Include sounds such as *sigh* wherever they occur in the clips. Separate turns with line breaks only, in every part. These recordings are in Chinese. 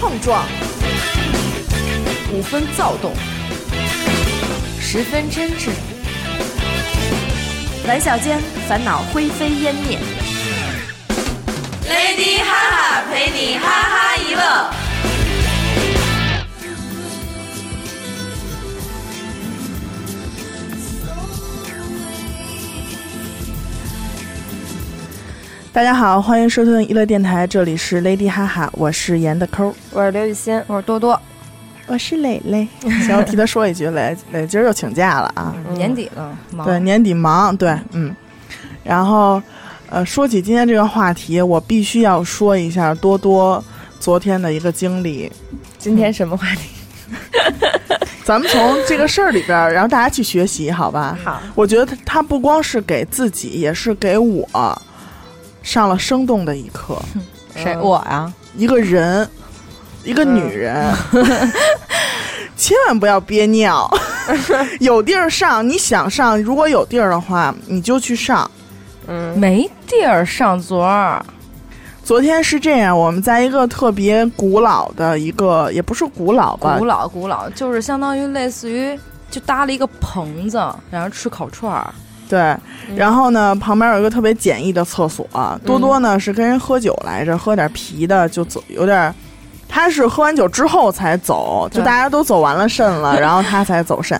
碰撞，五分躁动，十分真挚。玩笑间，烦恼灰飞烟灭。
Lady 哈哈陪你哈哈一乐。
大家好，欢迎收听娱乐电台，这里是 Lady 哈哈，我是严的抠，
我是刘雨欣，我是多多。
我是蕾 *laughs* 蕾。行，我替他说一句，蕾蕾今儿又请假了啊。
嗯
年底了，忙
对，年底忙，对，嗯。然后，呃，说起今天这个话题，我必须要说一下多多昨天的一个经历。
今天什么话题？
咱们从这个事儿里边儿，然后大家去学习，好吧？
好，
我觉得他他不光是给自己，也是给我上了生动的一课。
嗯
谁我啊嗯呀？
嗯一个人，一个女人， *laughs* 千万不要憋
*laughs*
尿，有地儿上，你想上，如果有地儿的话，你就去上。
嗯
没地儿上昨儿，
昨天是这样，我们在一个特别古老的一个，也不是古老吧，
古老古老，就是相当于类似于就搭了一个棚子，然后吃烤串儿。
对，然后呢，旁边有一个特别简易的厕所。多多呢是跟人喝酒来着，喝点啤的就走，有点。他是喝完酒之后才走，就
对
大家都走完了肾了，然后他才走肾。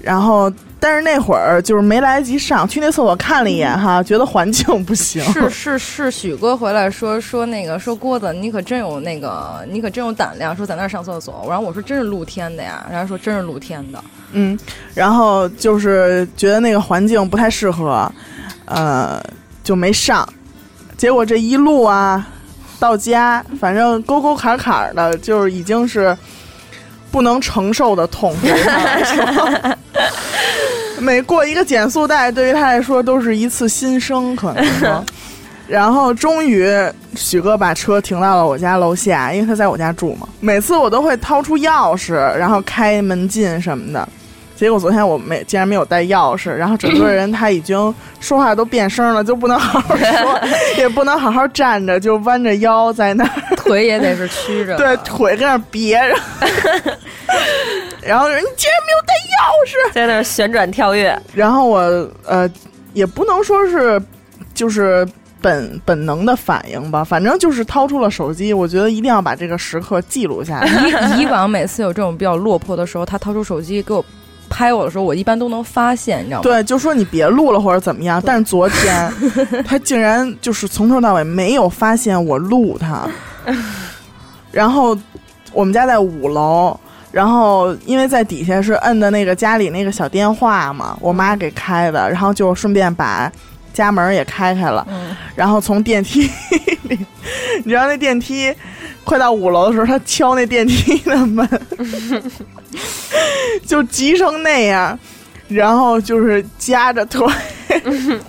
然后，但是那会儿就是没来得及上去那厕所看了一眼哈，觉得环境不行。
是是是，许哥回来说说那个说郭子，你可真有那个，你可真有胆量，说在那儿上厕所。然后我说真是露天的呀，然后说真是露天的。
嗯，然后就是觉得那个环境不太适合，呃，就没上。结果这一路啊，到家反正沟沟坎坎儿的，就是已经是不能承受的痛苦。对于他来说每过一个减速带，对于他来说都是一次新生，可能说。然后终于，许哥把车停到了我家楼下，因为他在我家住嘛。每次我都会掏出钥匙，然后开门进什么的。结果昨天我没竟然没有带钥匙，然后整个人他已经说话都变声了，就不能好好说，也不能好好站着，就弯着腰在那儿，
腿也得是曲
*laughs*
着
对
的，
腿跟那儿别 *laughs* 着。然后人你竟然没有带钥匙，
在那儿旋转跳
*laughs*
跃，
然后我呃，也不能说是就是本本能的反应吧，反正就是掏出了手机。我觉得一定要把这个时刻记录下来。
以以往每次有这种比较落魄的时候，他掏出手机给我拍我的时候，我一般都能发现，你知道吗？
对，就说你别录了或者怎么样。但是昨天他竟然就是从头到尾没有发现我录他，然后我们家在五楼。然后，因为在底下是摁的那个家里那个小电话嘛，我妈给开的，然后就顺便把家门也开开了。
嗯，
然后从电梯里，你知道那电梯快到五楼的时候，他敲那电梯的门， *laughs* 就急成那样，然后就是夹着腿开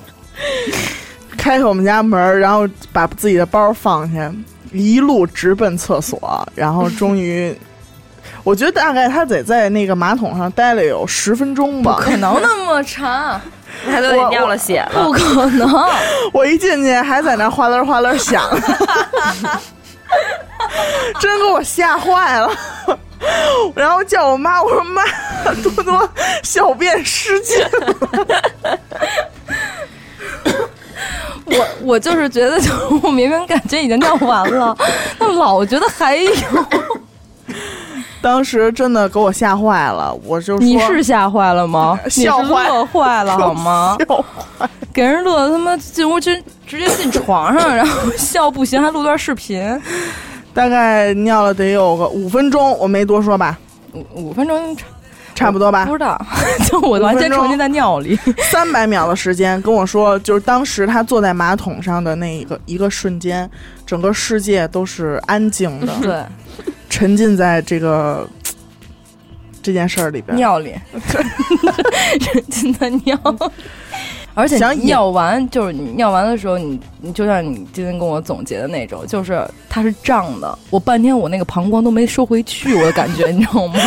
开我们家门儿，然后把自己的包放下，一路直奔厕所，然后终于。 *laughs* 我觉得大概他得在那个马桶上待了有十分钟吧，
可能那么长，
他都
我
得尿了血了。
*laughs* 不可 *laughs* 能。
我一进去还在那儿哗啦哗啦响，真给我吓坏了。然后叫我妈，我说妈，多多小便失禁。
我我就是觉得，就是我明明感觉已经尿完了，但老觉得还有。
当时真的给我吓坏了，我就说
你是吓坏了吗？你是
笑坏
乐坏了好吗？
笑
给人乐得他妈进屋直直接进床上，然后笑不行，还录段视频，
大概尿了得有个五分钟，我没多说吧，
五五分钟
差不多吧
不，知道， *laughs* 就我完全
五分钟
沉浸在尿
*laughs*
里。
三百秒的时间跟我说，就是当时他坐在马桶上的那一个一个瞬间，整个世界都是安静的。
对，
沉浸在这个这件事儿里边。
尿里，真的尿。而且
想
你尿完就是你尿完的时候，你你就像你今天跟我总结的那种，就是它是胀的，我半天我那个膀胱都没收回去，我的感觉你知道吗？ *laughs*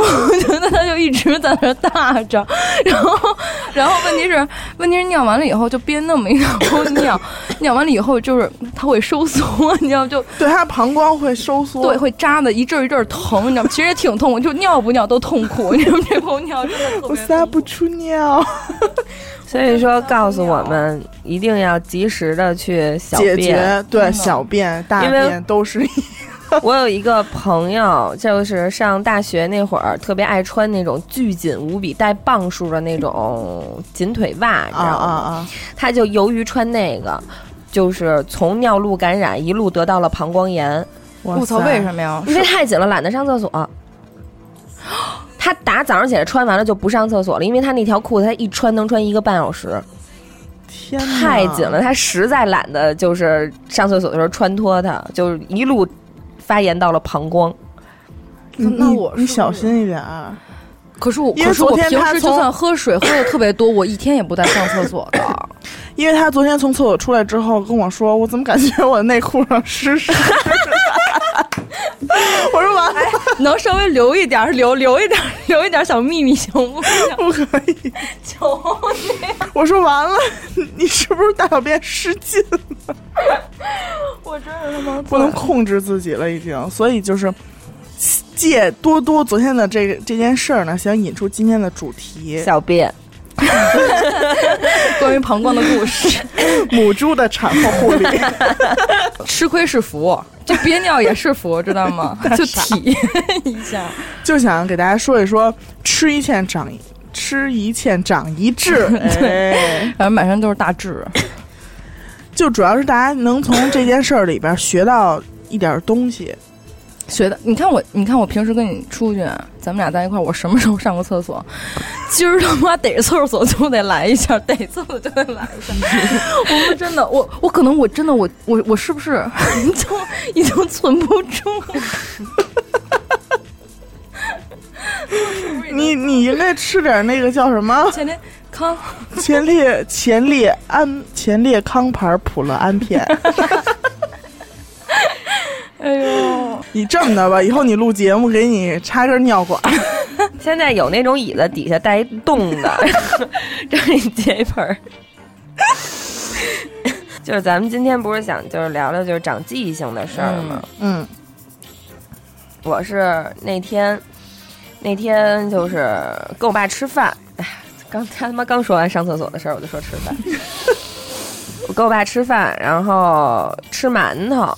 我觉得他就一直在那儿大着，然后，然后问题是，问题是尿完了以后就憋那么一大泡尿，尿完了以后就是它会收缩，你知道就
对，它膀胱会收缩，
对，会扎的一阵儿一阵儿疼，你知道吗？ *laughs* 其实也挺痛苦，就尿不尿都痛 *laughs* 苦，你知道吗？这泡尿真的特
我
别
撒不出尿，
所以说，告诉我们一定要及时的去小
解
便。
决对小便、大
因为
便都是一
*laughs* 我有一个朋友，就是上大学那会儿，特别爱穿那种巨紧无比、带磅数的那种紧腿袜，你知
啊
道
啊
吗？
啊！
他就由于穿那个，就是从尿路感染一路得到了膀胱炎，
我
我
操，为什么呀？
因为太紧了，懒得上厕所。 *gasps* 他打早上起来穿完了就不上厕所了，因为他那条裤子他一穿能穿一个半小时，
天哪
太紧了，，他实在懒得就是上厕所的时候穿脱它，就是一路发炎到了膀胱。
你
那
你
我
你
是
小
不是
心一点啊！
可是我，
因为
可是我
昨天
平
他
时就
从
算喝水喝的特别多，我一天也不带上厕所的。
因为他昨天从厕所出来之后跟我说，我怎么感觉我内裤上湿湿？ *laughs* 我说完了，
*laughs* 能稍微留一点儿，留留一点儿，留一点儿小秘密行不 *laughs* 行？
不可以。
求
我说完了， *laughs* 你是不是大小便失禁了？
*laughs* 我真是他妈
不能控制自己了，已经。所以就是借多多昨天的这个这件事儿呢，想引出今天的主题：
小便，
关于膀胱的故事，
母猪的产后护理。
*laughs* 吃亏是福，就憋尿也是福，知道 *laughs* 吗？就体验一下，
就想给大家说一说，吃一堑长一吃一堑长一
*laughs*
智。哎，
反正满身都是大痣。
就主要是大家能从这件事儿里边学到一点儿东西。
学的，你看我，你看我平时跟你出去，啊咱们俩在一块儿，我什么时候上过厕所？今儿他妈逮着厕所就得来一下，逮厕所就得来一下。我们真的，我我可能我真的我我我是不是 *laughs* 就已经存不住了？ *laughs*
你你应该吃点那个叫什么
前天康
前列前列安前列康牌普乐安 *laughs* 片。
哎呦，
你这么的吧，以后你录节目给你插根尿管，
现在有那种椅子底下带一洞的， *laughs* 让你接一盆儿。就是咱们今天不是想就是聊聊就是长记性的事儿吗？
嗯，
我是那天，那天就是跟我爸吃饭，哎，刚他妈刚说完上厕所的事儿，我就说吃
*laughs*
饭。我跟我爸吃饭，然后吃馒头，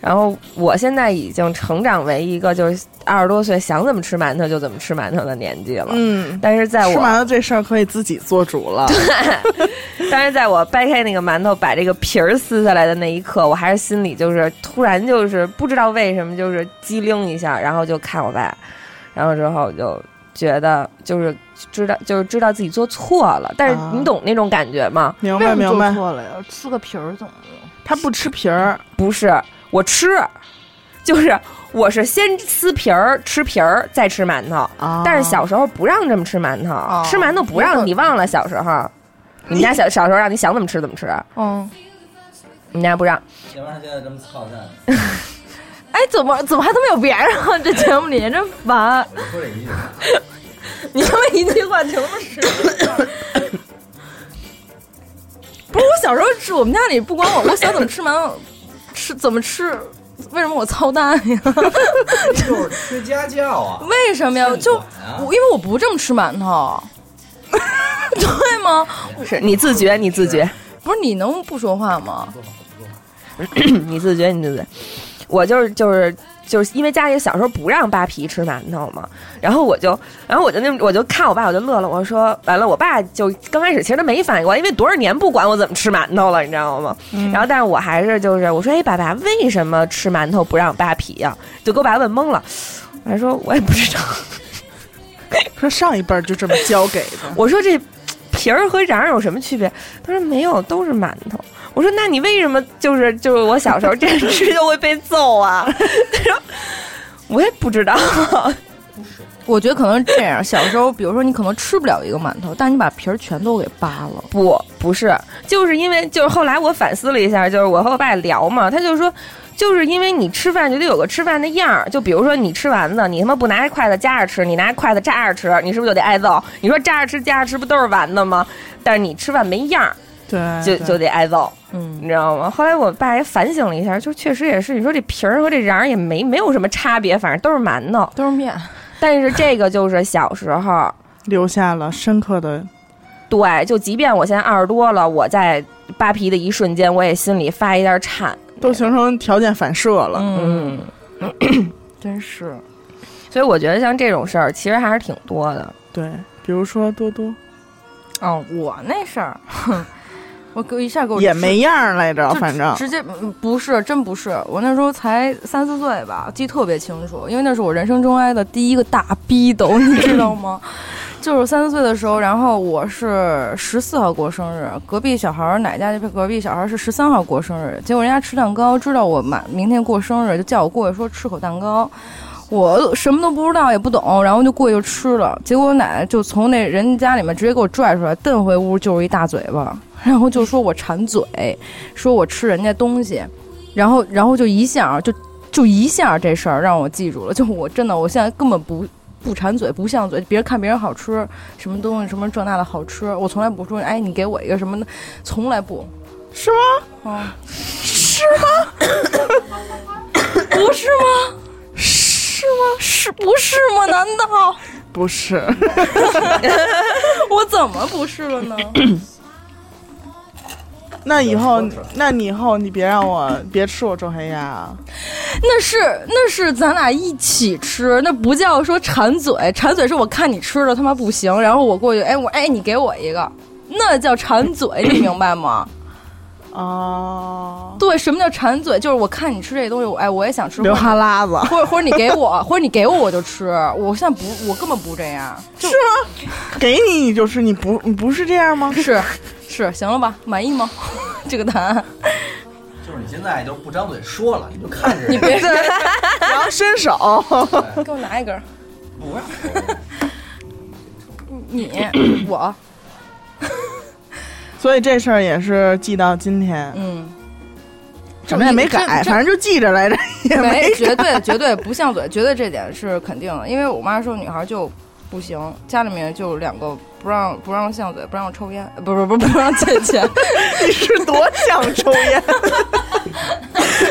然后我现在已经成长为一个就是二十多岁想怎么吃馒头就怎么吃馒头的年纪了。
嗯，
但是在
吃
我，
馒头这事儿可以自己做主了。
*laughs* 但是在我掰开那个馒头，把这个皮儿撕下来的那一刻，我还是心里就是突然就是不知道为什么就是机灵一下，然后就看我爸，然后之后我就觉得就是知道就是知道自己做错了，但是
啊
你懂那种感觉吗？
*laughs* 明白明白，
错了呀，吃个皮儿怎么了？
他不吃皮儿，
不是，我吃，就是我是先撕皮儿吃皮儿再吃馒头，
啊
但是小时候不让这么吃馒头，
哦
吃馒头不让你忘了小时候，你们家小小时候让你想怎么吃怎么吃，
嗯，
你们家不让。
前面还啊现在这么操蛋，
哎，怎么怎么还这么有别人啊？这节目里真烦，
*laughs* 我就说这一句，
*laughs* 你他妈一句话停了 *laughs* 十个字儿。不是我小时候吃，我们家里不管我，我想怎么吃馒头，吃怎么吃，为什么我操蛋 *laughs* 呀？
就是吃家教啊，
为什么呀？就我因为我不这么吃馒 *laughs* 头，对吗？
是你自觉，你自觉，
不是你能不说话吗？
*clears throat* 你自觉，你自觉。我就是就是就是因为家里小时候不让扒皮吃馒头嘛，然后我就然后我就那么我就看我爸我就乐了，我说完了，我爸就刚开始其实他没反应过来，因为多少年不管我怎么吃馒头了，你知道吗？然后但是我还是就是我说哎，爸爸为什么吃馒头不让扒皮呀、就给我爸问懵了，我还说我也不知道。
说上一辈儿就这么教给的。
我说这皮儿和瓤儿有什么区别？他说没有，都是馒头。我说那你为什么就是就是我小时候这样 *laughs* 吃就会被揍啊？他说我也不知道。
我觉得可能是这样，小时候比如说你可能吃不了一个馒头，但你把皮儿全都给扒了。
*laughs* 不，不是，就是因为就是后来我反思了一下，就是我和我爸聊嘛，他就说，就是因为你吃饭就得有个吃饭的样儿，就比如说你吃丸子，你他妈不拿着筷子夹着吃，你拿着筷子扎着吃，你是不是就得挨揍？你说扎着吃夹着吃不都是丸子吗？但是你吃饭没样儿，
*laughs* 对，
就
对
就得挨揍，
嗯，
你知道吗？后来我爸也反省了一下，就确实也是，你说这皮儿和这瓤儿也没没有什么差别，反正都是馒头，
都是面。
但是这个就是小时候。
留下了深刻的
对，就即便我现在二十多了，我在扒皮的一瞬间，我也心里发一点颤。
都形成条件反射了。
嗯，
嗯，
真是。
所以我觉得像这种事儿，其实还是挺多的。
对，比如说多多
哦，我那事儿，哼，我给我一下给我
也
吃
没样儿来着，
就
反正
直直接嗯不是，真不是。我那时候才三四岁吧，记得特别清楚，因为那是我人生中挨的第一个大逼斗，你知道吗？ *laughs* 就是三四岁的时候，然后我是十四号过生日，隔壁小孩儿奶家隔壁小孩儿是十三号过生日，结果人家吃蛋糕，知道我马明天过生日，就叫我过去说吃口蛋糕。我什么都不知道，也不懂，然后就过去就吃了。结果我奶奶就从那人家里面直接给我拽出来，蹬回屋就是一大嘴巴，然后就说我馋嘴，说我吃人家东西，然后然后就一下就就一下这事儿让我记住了， *laughs* 就我真的我现在根本不不馋嘴不像嘴，别人看别人好吃什么东西什么这那的好吃，我从来不说哎你给我一个什么的，从来不。
是吗？
嗯，是吗？ *coughs* 不是吗？是吗？是不是吗？难道
不 *laughs* 是，
我怎么不是了呢？
那以后
有说法，
那你以后你别让我别吃我周黑鸭啊！
那是那是咱俩一起吃，那不叫说馋嘴，馋嘴是我看你吃的他妈不行，然后我过去，哎我哎你给我一个，那叫馋嘴，你明
*laughs*
白吗？
哦，
对，什么叫馋嘴？就是我看你吃这东西，我哎我也想吃，
流哈喇子
或者或者你给我，或者你给我我就吃，我现在不我根本不这样，
是吗？ *laughs* 给你你就吃，你不你 *laughs* 不是这样吗？
是是，行了吧？满意吗？ *laughs* 这个答案，
*laughs* 就是你现在就不张嘴说了，你就看着人
你别
然后伸手，
给我拿一根儿，
不啊让。
*laughs* 你我
*laughs* 所以这事儿也是记到今天，
嗯。
*laughs* 什么也没
这
改，
这
反正就记着来着，也
*laughs*
*laughs*
没，绝
改。
对绝对不像嘴，绝对这点是肯定的。因为我妈说女孩就不行，家里面就两个不让不让像嘴，不让抽烟，呃不是不是不让借钱， *laughs*
你是多想抽烟？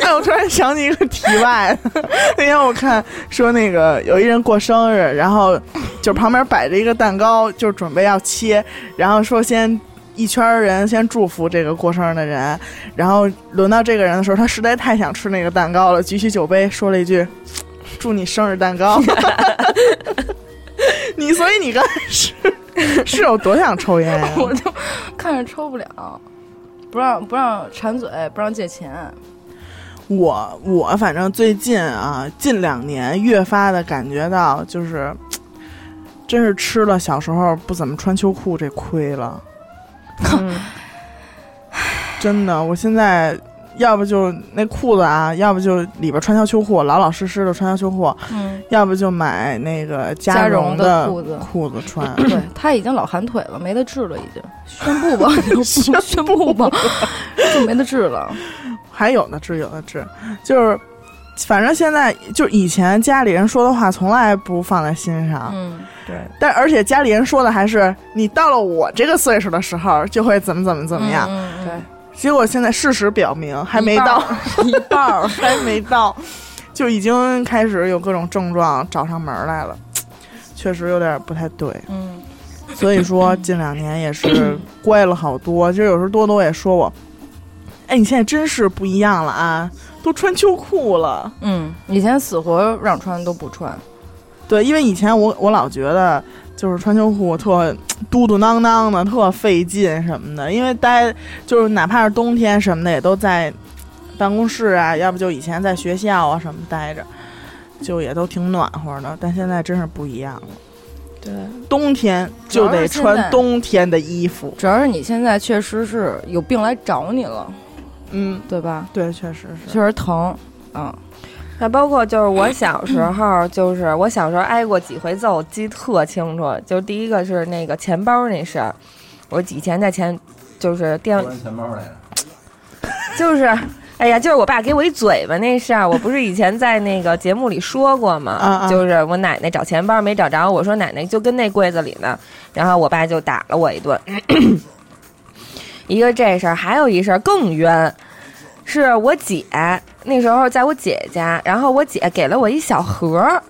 哎，我突然想起一个题外的，那天我看说那个有一人过生日，然后就旁边摆着一个蛋糕，就准备要切，然后说先。一圈儿人先祝福这个过生日的人，然后轮到这个人的时候，他实在太想吃那个蛋糕了，举起酒杯说了一句：“祝你生日蛋糕。” *laughs* 你所以你刚才是是有多想抽烟、呀？
我就看着抽不了，不让不让馋嘴，不让借钱。
我我反正最近啊，近两年越发的感觉到，就是，真是吃了小时候不怎么穿秋裤这亏了。
嗯 *laughs*
真的，我现在要不就那裤子啊，要不就里边穿条秋裤，老老实实的穿条秋裤，
嗯，
要不就买那个
加
绒
绒的
的
裤子
裤子穿。
对，她已经老寒腿了，没得治了，已经宣布 *laughs* 吧，就不宣布吧，就没得治了。
还有呢，治有的治，就是反正现在就以前家里人说的话从来不放在心上，
嗯，对，
但而且家里人说的还是你到了我这个岁数的时候就会怎么怎么怎么样。
嗯，对，
结果现在事实表明还没到， *laughs*
一半儿，
还没到，就已经开始有各种症状找上门来了，确实有点不太对。
嗯，
所以说近两年也是乖了好多。其实有时候多多也说我，哎，你现在真是不一样了啊，都穿秋裤了。
嗯，以前死活让穿都不穿，
对，因为以前我我老觉得就是穿秋裤特嘟嘟囔囔的，特费劲什么的。因为待就是哪怕是冬天什么的，也都在办公室啊，要不就以前在学校啊什么待着，就也都挺暖和的。但现在真是不一样了，
对，
冬天就
主要
得
是现在
穿冬天的衣服。
主要是你现在确实是有病来找你了，
嗯，
对吧？
对，确实是。
确实疼，嗯，
还包括就是我小时候，就是我小时候挨过几回揍，我记得特清楚。就第一个是那个钱包那事儿，我以前在钱就是电
偷人钱包来了。
就是，哎呀，就是我爸给我一嘴巴那事儿，我不是以前在那个节目里说过
啊
吗？
啊
就是我奶奶找钱包没找着，我说奶奶就跟那柜子里呢，然后我爸就打了我一顿。 *coughs* 一个这事儿，还有一事儿更冤，是我姐那时候在我姐家，然后我姐给了我一小盒儿。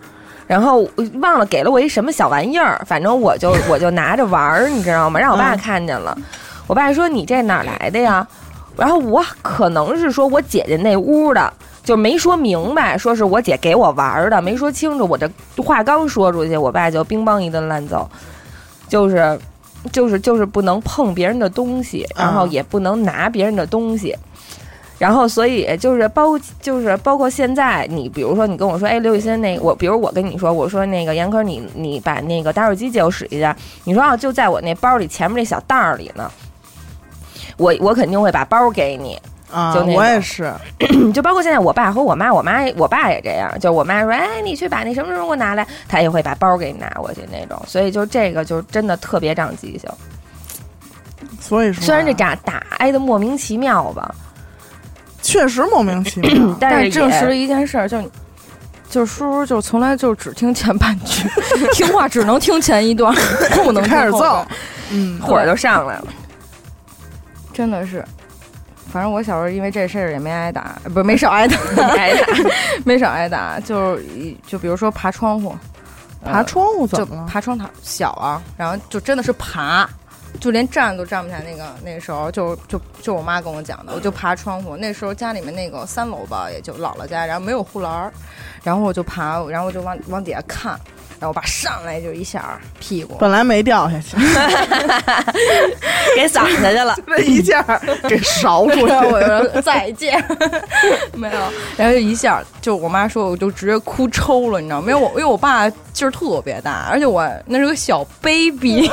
然后我忘了给了我一什么小玩意儿，反正我就 *laughs* 我就拿着玩儿，你知道吗？让我爸
嗯
看见了，我爸说你这哪儿来的呀？然后我可能是说我姐姐那屋的，就没说明白，说是我姐给我玩儿的，没说清楚。我这话刚说出去，我爸就乒乓一顿乱揍，就是，就是就是不能碰别人的东西，
啊
然后也不能拿别人的东西。然后，所以就是包，就是包括现在，你比如说，你跟我说，哎，刘雨欣，那个我，比如我跟你说，我说那个严科，你你把那个打火机借我使一下，你说啊，就在我那包里前面这小袋儿里呢，我我肯定会把包给你，
啊，
就那
我
种
也是，
就包括现在我爸和我妈，我妈我爸也这样，就是我妈说，哎，你去把那什么什么给我拿来，他也会把包给你拿过去那种，所以就这个就真的特别长记性。
所以说啊
虽然这打打挨的莫名其妙吧，
确实莫名其
*coughs*
妙，
但
但
是
证
也
实了一件事儿，就是你就是叔叔就从来就只听前半句，
*laughs*
听话只能听前一段，不能听
开始
后段
揍，嗯，
火就上来了。 *laughs*
真的是。反正我小时候因为这事儿也没挨打，呃不是没少挨打，
挨 *laughs* 打
没少挨打，就是一就比如说爬窗户，呃
爬窗户怎
就
么了？
爬窗台小啊，然后就真的是爬，就连站都站不下。那个那个时候就就就我妈跟我讲的，我就爬窗户。那时候家里面那个三楼吧，也就姥姥家，然后没有护栏儿，然后我就爬，然后我就往往底下看，然后我爸上来就一下屁股，
本来没掉下去，
给嗓子去了，
*laughs* 这一下给勺出去
然后我
了。
就说再见， *laughs* 没有，然后就一下就我妈说我就直接哭抽了，你知道吗？因为我因为我爸劲儿特别大，而且我那是个小 baby，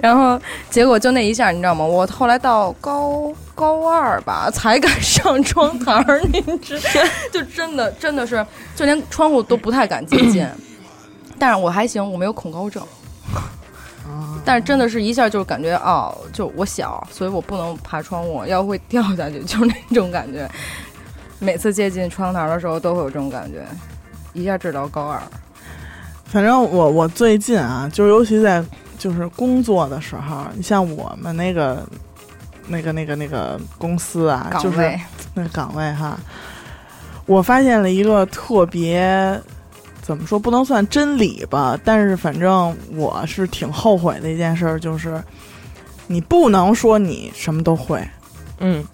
然后结果就那一下你知道吗？我后来到高高二吧才敢上窗台儿， *laughs* 你知道，就真的真的是就连窗户都不太敢接
*laughs*
近，但是我还行，我没有恐高症。但是真的是一下就是感觉哦，就我小，所以我不能爬窗户，要会掉下去，就是那种感觉。每次接近窗台的时候都会有这种感觉，一下治到高二。
*laughs* 反正我我最近啊，就是尤其在就是工作的时候，你像我们那个那个那个那个公司啊，
岗
就是
位
那个岗位哈，我发现了一个特别怎么说不能算真理吧，但是反正我是挺后悔的一件事儿，就是你不能说你什么都会。
*laughs* 嗯，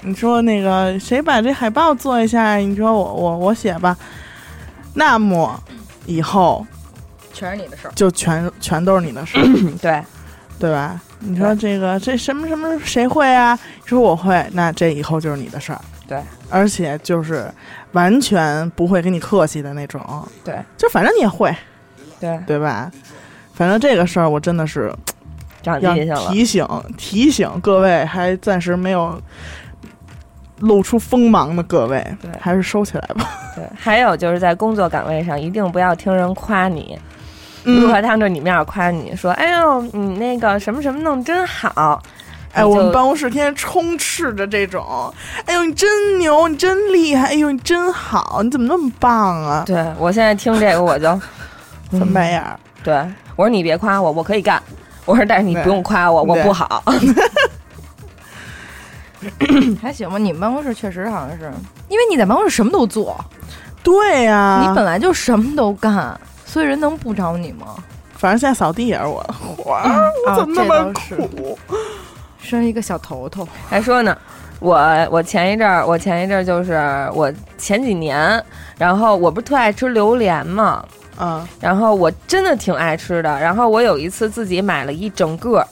你说那个谁把这海报做一下？你说我我我写吧，那么以后
全是你的事儿，
就全全都是你的
*clears throat*
事儿，
对，
对吧？你说这个这什么什么谁会啊？你说我会，那这以后就是你的事儿。
对，
而且就是完全不会跟你客气的那种。
对，
就反正你也会，
对，
对吧？反正这个事儿我真的是
长记
要
性了。
提醒提醒各位还暂时没有露出锋芒的各位
对，
还是收起来吧。
对，还有就是在工作岗位上，一定不要听人夸你。如
嗯
果，当着你面夸你说：“哎呦，你那个什么什么弄真好。
哎，
你
我们
就
办公室天天充斥着这种，哎呦你真牛，你真厉害，哎呦你真好，你怎么那么棒啊？
对”我现在听这个我就
翻白眼儿。
对我说：“你别夸我，我可以干。”我说：“但是你
对
不用夸我，我
对 *laughs*
不好。
还行吧？你们办公室确实好像是，因为你在办公室什么都做，
对呀、
你本来就什么都干，所以人能不找你吗？
反正现在扫地也是我的活儿，我
啊
怎么那
这
么
倒是
苦？
生一个小头头，”
还说呢，我我前一阵儿，我前一阵儿就是我前几年，然后我不是特爱吃榴莲嘛，
嗯，
然后我真的挺爱吃的。然后我有一次自己买了一整个，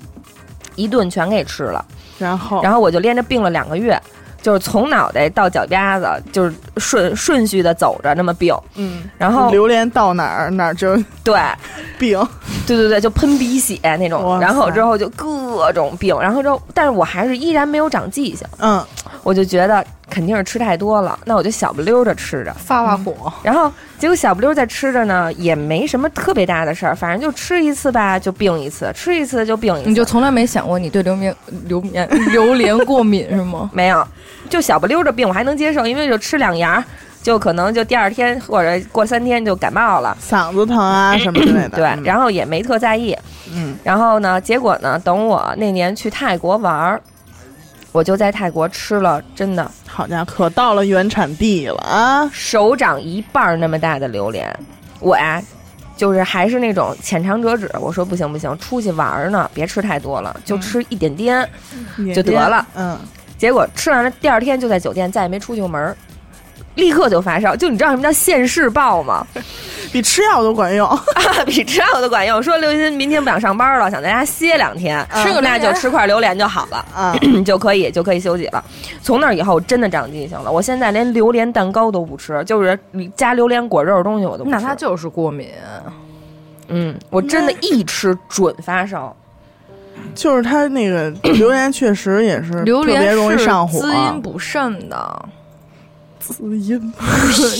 *clears throat* 一顿全给吃了。
然后
然后我就连着病了两个月，就是从脑袋到脚丫子，就是顺顺序的走着那么病。
嗯，
然后
榴莲到哪儿哪儿就
对
病，
对对对，就喷鼻血
哇
那种。
塞
然后之后就各种病，然后之后，但是我还是依然没有长记性，
嗯，
我就觉得肯定是吃太多了，那我就小不溜着吃着。
发发火，
然后结果小不溜儿在吃着呢，也没什么特别大的事儿，反正就吃一次吧，就病一次，吃一次就病一
嗯
次，
嗯你就从来没想过你对榴莲榴莲 *laughs* 榴莲过敏是吗？
没有，就小不溜儿着病我还能接受，因为就吃两牙儿，就可能就第二天或者过三天就感冒了，
嗓子疼啊什么之类的。
对，
嗯
然后也没特在意。
嗯
然后呢，结果呢，等我那年去泰国玩儿，我就在泰国吃了真的
好家伙，可到了原产地了啊！
手掌一半儿那么大的榴莲，我呀、就是还是那种浅尝辄止。我说不行不行，出去玩儿呢，别吃太多了，就吃一点点。就得了
嗯，
结果吃完了，第二天就在酒店，再也没出去过门儿，立刻就发烧。就你知道什么叫现世报吗？ *laughs*
比吃药都管用。
啊，比吃药都管用。说刘鑫明天不想上班了，想在家歇两天，
吃个榴
那
莲
就吃块榴莲就好了。
啊，
就可以就可以休息了。从那以后，我真的长记性了。我现在连榴莲蛋糕都不吃，就是加榴莲果肉的 *laughs* 东西我都不吃。
那他就是过敏，
嗯，我真的一吃准发烧。
就是它那个榴莲确实也是
榴
特别
莲
容易
是
上火，
滋阴补肾
*laughs*
的，
滋阴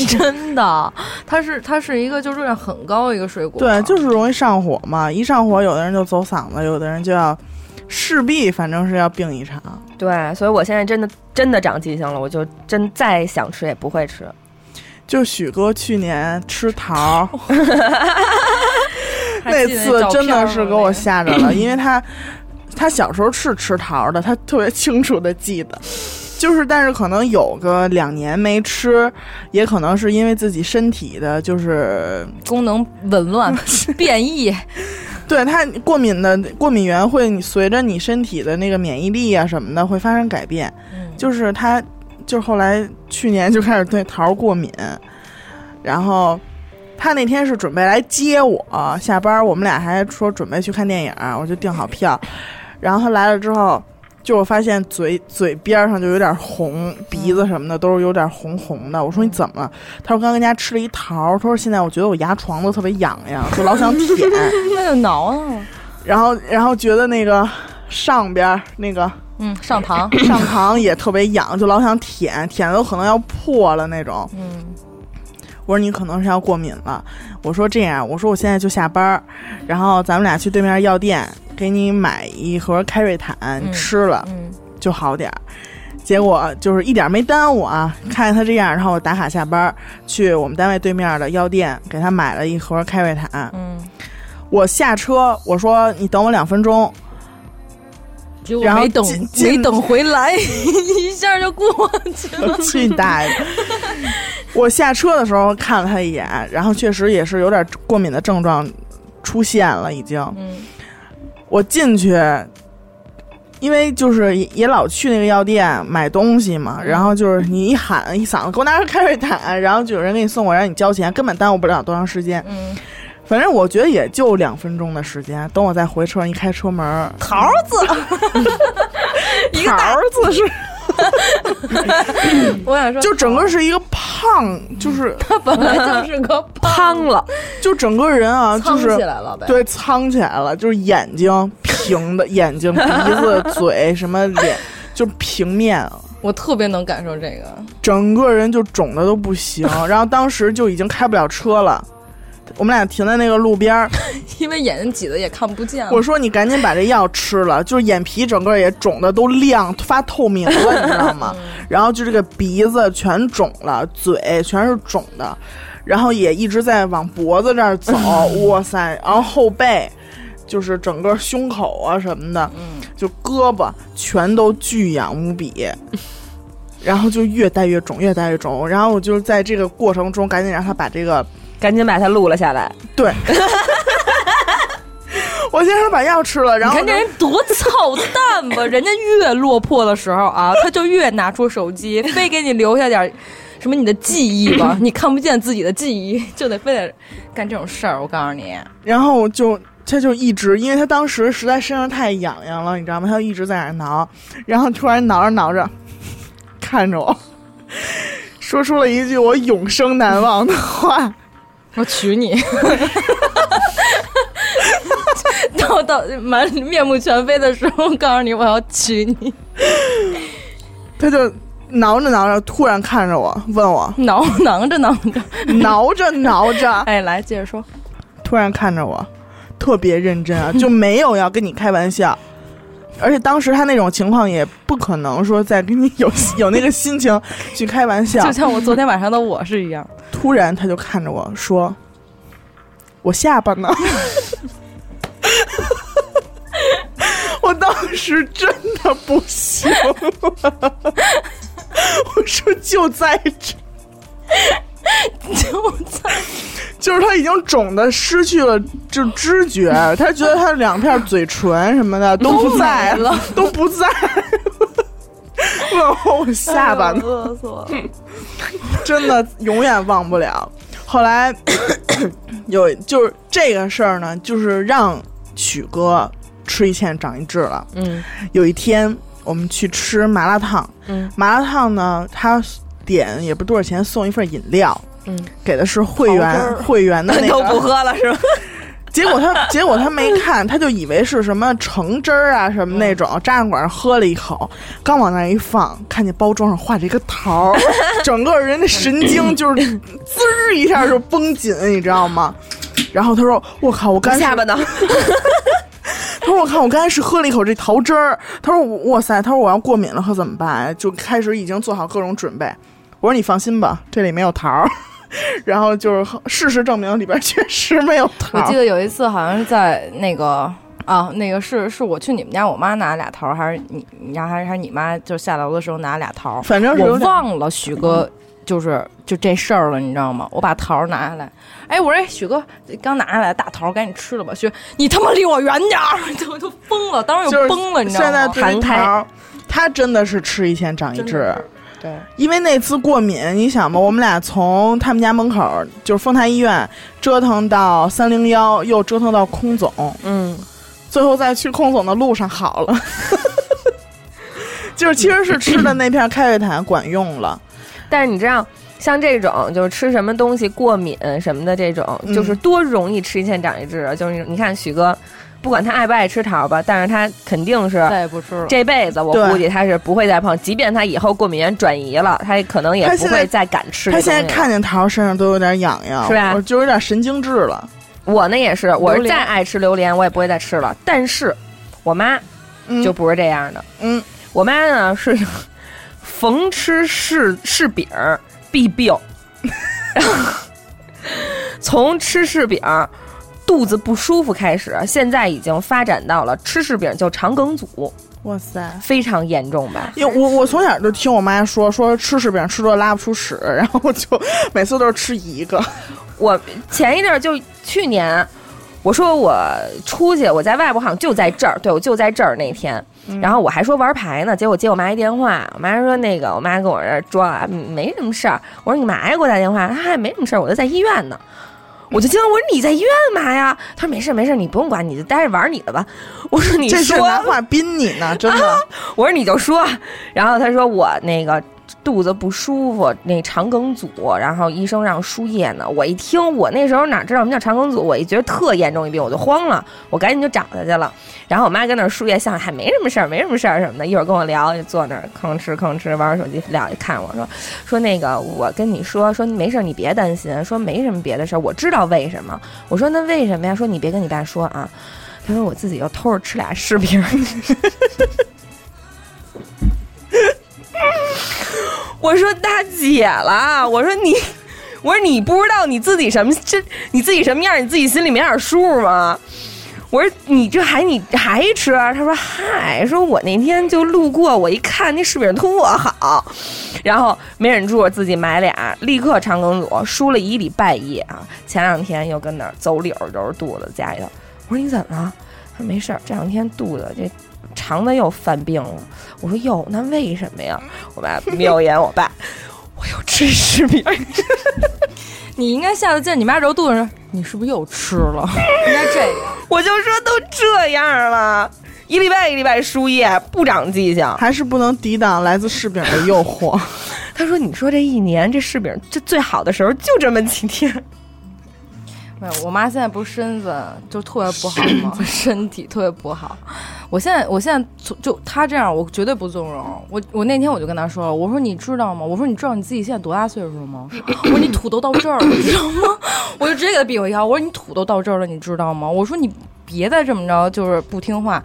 真的，它是它是一个就热量很高的一个水果，
对，就是容易上火嘛。一上火，有的人就走嗓子，有的人就要势必反正是要病一场。
对，所以我现在真的真的长记性了，我就真再想吃也不会
嗯
吃。
就许哥去年吃桃 *laughs* 儿
哦还
那
记得
次
照片
真
吗
的是给我
那个
吓着了，因为他他小时候是吃桃儿的，他特别清楚的记得，就是但是可能有个两年没吃，也可能是因为自己身体的，就是
功能
*laughs*
紊乱变异，
对它过敏的过敏源会你随着你身体的那个免疫力啊什么的会发生改变，就是它就是后来去年就开始对桃儿过敏，然后他那天是准备来接我下班儿，我们俩还说准备去看电影儿，我就订好票，然后他来了之后。就我发现嘴嘴边儿上就有点红，鼻子什么的都是有点红红的。我说你怎么了？他说刚跟家吃了一桃儿，他说现在我觉得我牙床子特别痒痒，就老想舔。
那就挠啊挠，
然后然后觉得那个上边儿那个
嗯，上膛，
上膛也特别痒，就老想舔，舔的有可能要破了那种。
嗯，
我说你可能是要过敏了。我说这样，我说我现在就下班儿，然后咱们俩去对面药店给你买一盒开瑞坦，你吃了、
嗯
就好点儿。结果就是一点儿没耽误啊，看见他这样，然后我打卡下班儿，去我们单位对面的药店给他买了一盒开瑞坦。
嗯，
我下车，我说你等我两分钟，
结果
然后
没等
进进
没等回来， *laughs* 一下就过去了。
去你大爷的！我下车的时候看了他一眼，然后确实也是有点过敏的症状出现了，已经。
嗯
我进去，因为就是也也老去那个药店买东西
嗯
嘛，然后就是你一喊一嗓子，给我拿着开瑞坦，然后就有人给你送过来，让你交钱，根本耽误不了多长时间。
嗯，
反正我觉得也就两分钟的时间。等我再回车，一开车门儿，
桃子， *laughs* 一个桃子是。我想说，
就整个是一个胖，就是
他本来就是个
胖了，
就整个人
*laughs*
啊， *laughs* 就
胖
是
起来了呗。
对，苍起来了，就是眼睛平的， *laughs* 眼睛、鼻子、嘴什么脸，就平面了，
我特别能感受这个，
整个人就肿的都不行。然后当时就已经开不了车了，我们俩停在那个路边儿，
因为眼睛挤的也看不见了。
我说你赶紧把这药吃了，就是眼皮整个也肿的都亮发透明了，你知道
*laughs*
吗？
嗯
然后就这个鼻子全肿了，嘴全是肿的，然后也一直在往脖子这儿
*laughs*
走，哇塞，然后后背。就是整个胸口啊什么的，
嗯
就胳膊全都巨痒无
*laughs*
比，然后就越带越肿，越带越肿。然后我就在这个过程中赶紧让他把这个
赶紧把它录了下来。
*laughs*
对，我先让他把药吃了，然
你
后
看这
呢
人多操蛋吧！人家越落魄的时候啊，他就越拿出手机，非给你留下点儿什么你的记忆吧，你看不见自己的记忆，就得非得干这种事儿。我告诉你，
然后我就他就一直，因为他当时实在身上太痒痒了，你知道吗？他就一直在那儿挠，然后突然挠着挠着，看着我， *laughs* 说出了一句我永生难忘的话。
我娶你。 *laughs* 到到满面目全非的时候，告诉你我要娶你，
他就挠着挠着，突然看着我，问我 *laughs*
挠挠着挠着，
挠着挠着，
哎，来接着说，
突然看着我，特别认真啊，就没有要跟你开玩笑。而且当时他那种情况也不可能说再跟你有 *laughs* 有那个心情去开玩笑
就。像我昨天晚上的我是一样。
*laughs* 突然他就看着我说：“我下巴呢？” *laughs* 我当时真的不行了，我说就在这，
就在
就是他已经肿的失去了就知觉，他觉得他两片嘴唇什么的都不在
都没了，
都不在。 *laughs* 问我我下巴呢？
饿死我了。
真的永远忘不了。后来有就是这个事儿呢，就是让曲哥吃一堑长一智了。
嗯
有一天我们去吃麻辣烫，
嗯
麻辣烫呢，他点也不多少钱，送一份饮料，
嗯，
给的是会
桃汁
员
儿
会员
*laughs*
的那
都不
个。
喝了是吧？
结果他 *laughs* 结果他没看，他就以为是什么橙汁儿啊什么那种，扎上管儿喝了一口，刚往那儿一放，看见包装上画着一个桃儿， *laughs* 整个人的神经就是滋儿一下就绷紧，你知道吗？然后他说：“我靠，我刚才
下巴呢？
他说：“我看我刚才是喝了一口这桃汁儿。”他说：“哇塞！”他说：“我要过敏了，可怎么办？”就开始已经做好各种准备。我说：“你放心吧，这里没有桃儿。” *laughs* 然后就是喝事实证明里边确实没有桃
*laughs* 我记
儿。
得有一次好像是在那个啊，那个是是我去你们家，我妈拿俩桃儿，还是你你家还是还是你妈就下楼的时候拿俩桃儿，
反正是有
我
点
忘了许哥就是就这事儿了，你知道吗？我把桃儿拿下来，哎，我说哎许哥刚拿下来大桃儿，赶紧吃了吧。许哥你他妈离我远点儿， *laughs* 就就疯了，当时
就是
就崩了，你知道
现在
吗？
对于桃儿，他真的是吃一堑长一智。
对，
因为那次过敏，你想吧，我们俩从他们家门口就是丰台医院折腾到三零幺，又折腾到空总，
嗯，
最后在去空总的路上好了， *laughs* 就是其实是吃的那片开胃坦管用了，
但是你知道，像这种就是吃什么东西过敏什么的这种，
嗯
就是多容易吃一堑长一智啊！就是你看许哥，不管他爱不爱吃桃吧，但是他肯定是
再也不吃了。
这辈子我
对
估计他是不会再碰，即便他以后过敏源转移了，他也可能也
他
不
现在
会再敢吃
他
这东西
现
了。
在看见桃身上都有点痒痒，
是吧
我就有点神经质了。
我呢也是，我
榴
是
莲
再爱吃榴莲，我也不会再吃了。但是我妈
嗯，
就不是这样的，
嗯，
我妈呢是 *laughs* 逢吃柿柿饼儿必病， *laughs* 从吃柿饼儿肚子不舒服开始，现在已经发展到了吃柿饼就肠梗阻，
哇塞！
非常严重吧？
*laughs* 因为我我从小就听我妈说，说吃柿饼吃多了拉不出屎，然后我就每次都是吃一个。
我前一阵儿就去年，我说我出去，我在外婆好像就在这儿，对我就在这儿那天，
嗯
然后我还说玩牌呢，结果接我妈一电话，我妈说那个我妈跟我这儿说啊，嗯没什么事儿，我说你嘛呀给我打电话，她说哎没什么事儿，我就在医院呢。我就惊了，我说你在医院干嘛呀？她说没事儿没事儿，你不用管，你就待着玩儿你的吧。我说你
这是
说
拿话宾你呢，真的。
我说你就说，然后他说我那个肚子不舒服，那肠梗阻，然后医生让输液呢。我一听，我那时候哪知道什么叫肠梗阻，我一觉得特严重一病，我就慌了，我赶紧就找他去了。然后我妈跟那儿输液，想还没什么事儿，没什么事儿什么的。一会儿跟我聊，就坐那儿吭哧吭哧玩手机，聊一看我说说那个我跟你说说没事儿，你别担心，说没什么别的事儿，我知道为什么。我说那为什么呀？说你别跟你爸说啊。他说我自己又偷着吃俩柿饼。我说大姐了，我说你， *laughs* 我说你不知道你自己什么这你自己什么样，你自己心里没点数吗？我说你这还你还吃？他说嗨，说我那天就路过，我一看那柿饼特好，然后没忍住自己买俩，立刻肠梗阻，输了一礼拜一啊！前两天又跟那儿走柳儿揉肚子，家里头我说你怎么了？他说没事儿，这两天肚子这肠子又犯病了。我说哟，那为什么呀？我爸瞄一眼我爸，我又吃柿饼。
你应该下次见你妈揉肚子时，你是不是又
*laughs*
吃了？应该这样。
我就说都这样了，一礼拜一礼拜输液，不长记性。
*laughs* 还是不能抵挡来自柿饼的诱惑。
他说：“你说这一年这柿饼，这最好的时候就这么几天。
没有，我妈现在不是身子就特别不好吗？身体特别不好。我现在，我现在从就她这样，我绝对不纵容。我我那天我就跟她说了，我说你知道吗？我说你知道你自己现在多大岁数吗？我说你土都到这儿了，你知道吗？ *laughs* 我就直接给她比划一下，我说你土都到这儿了，你知道吗？我说你别再这么着，就是不听话，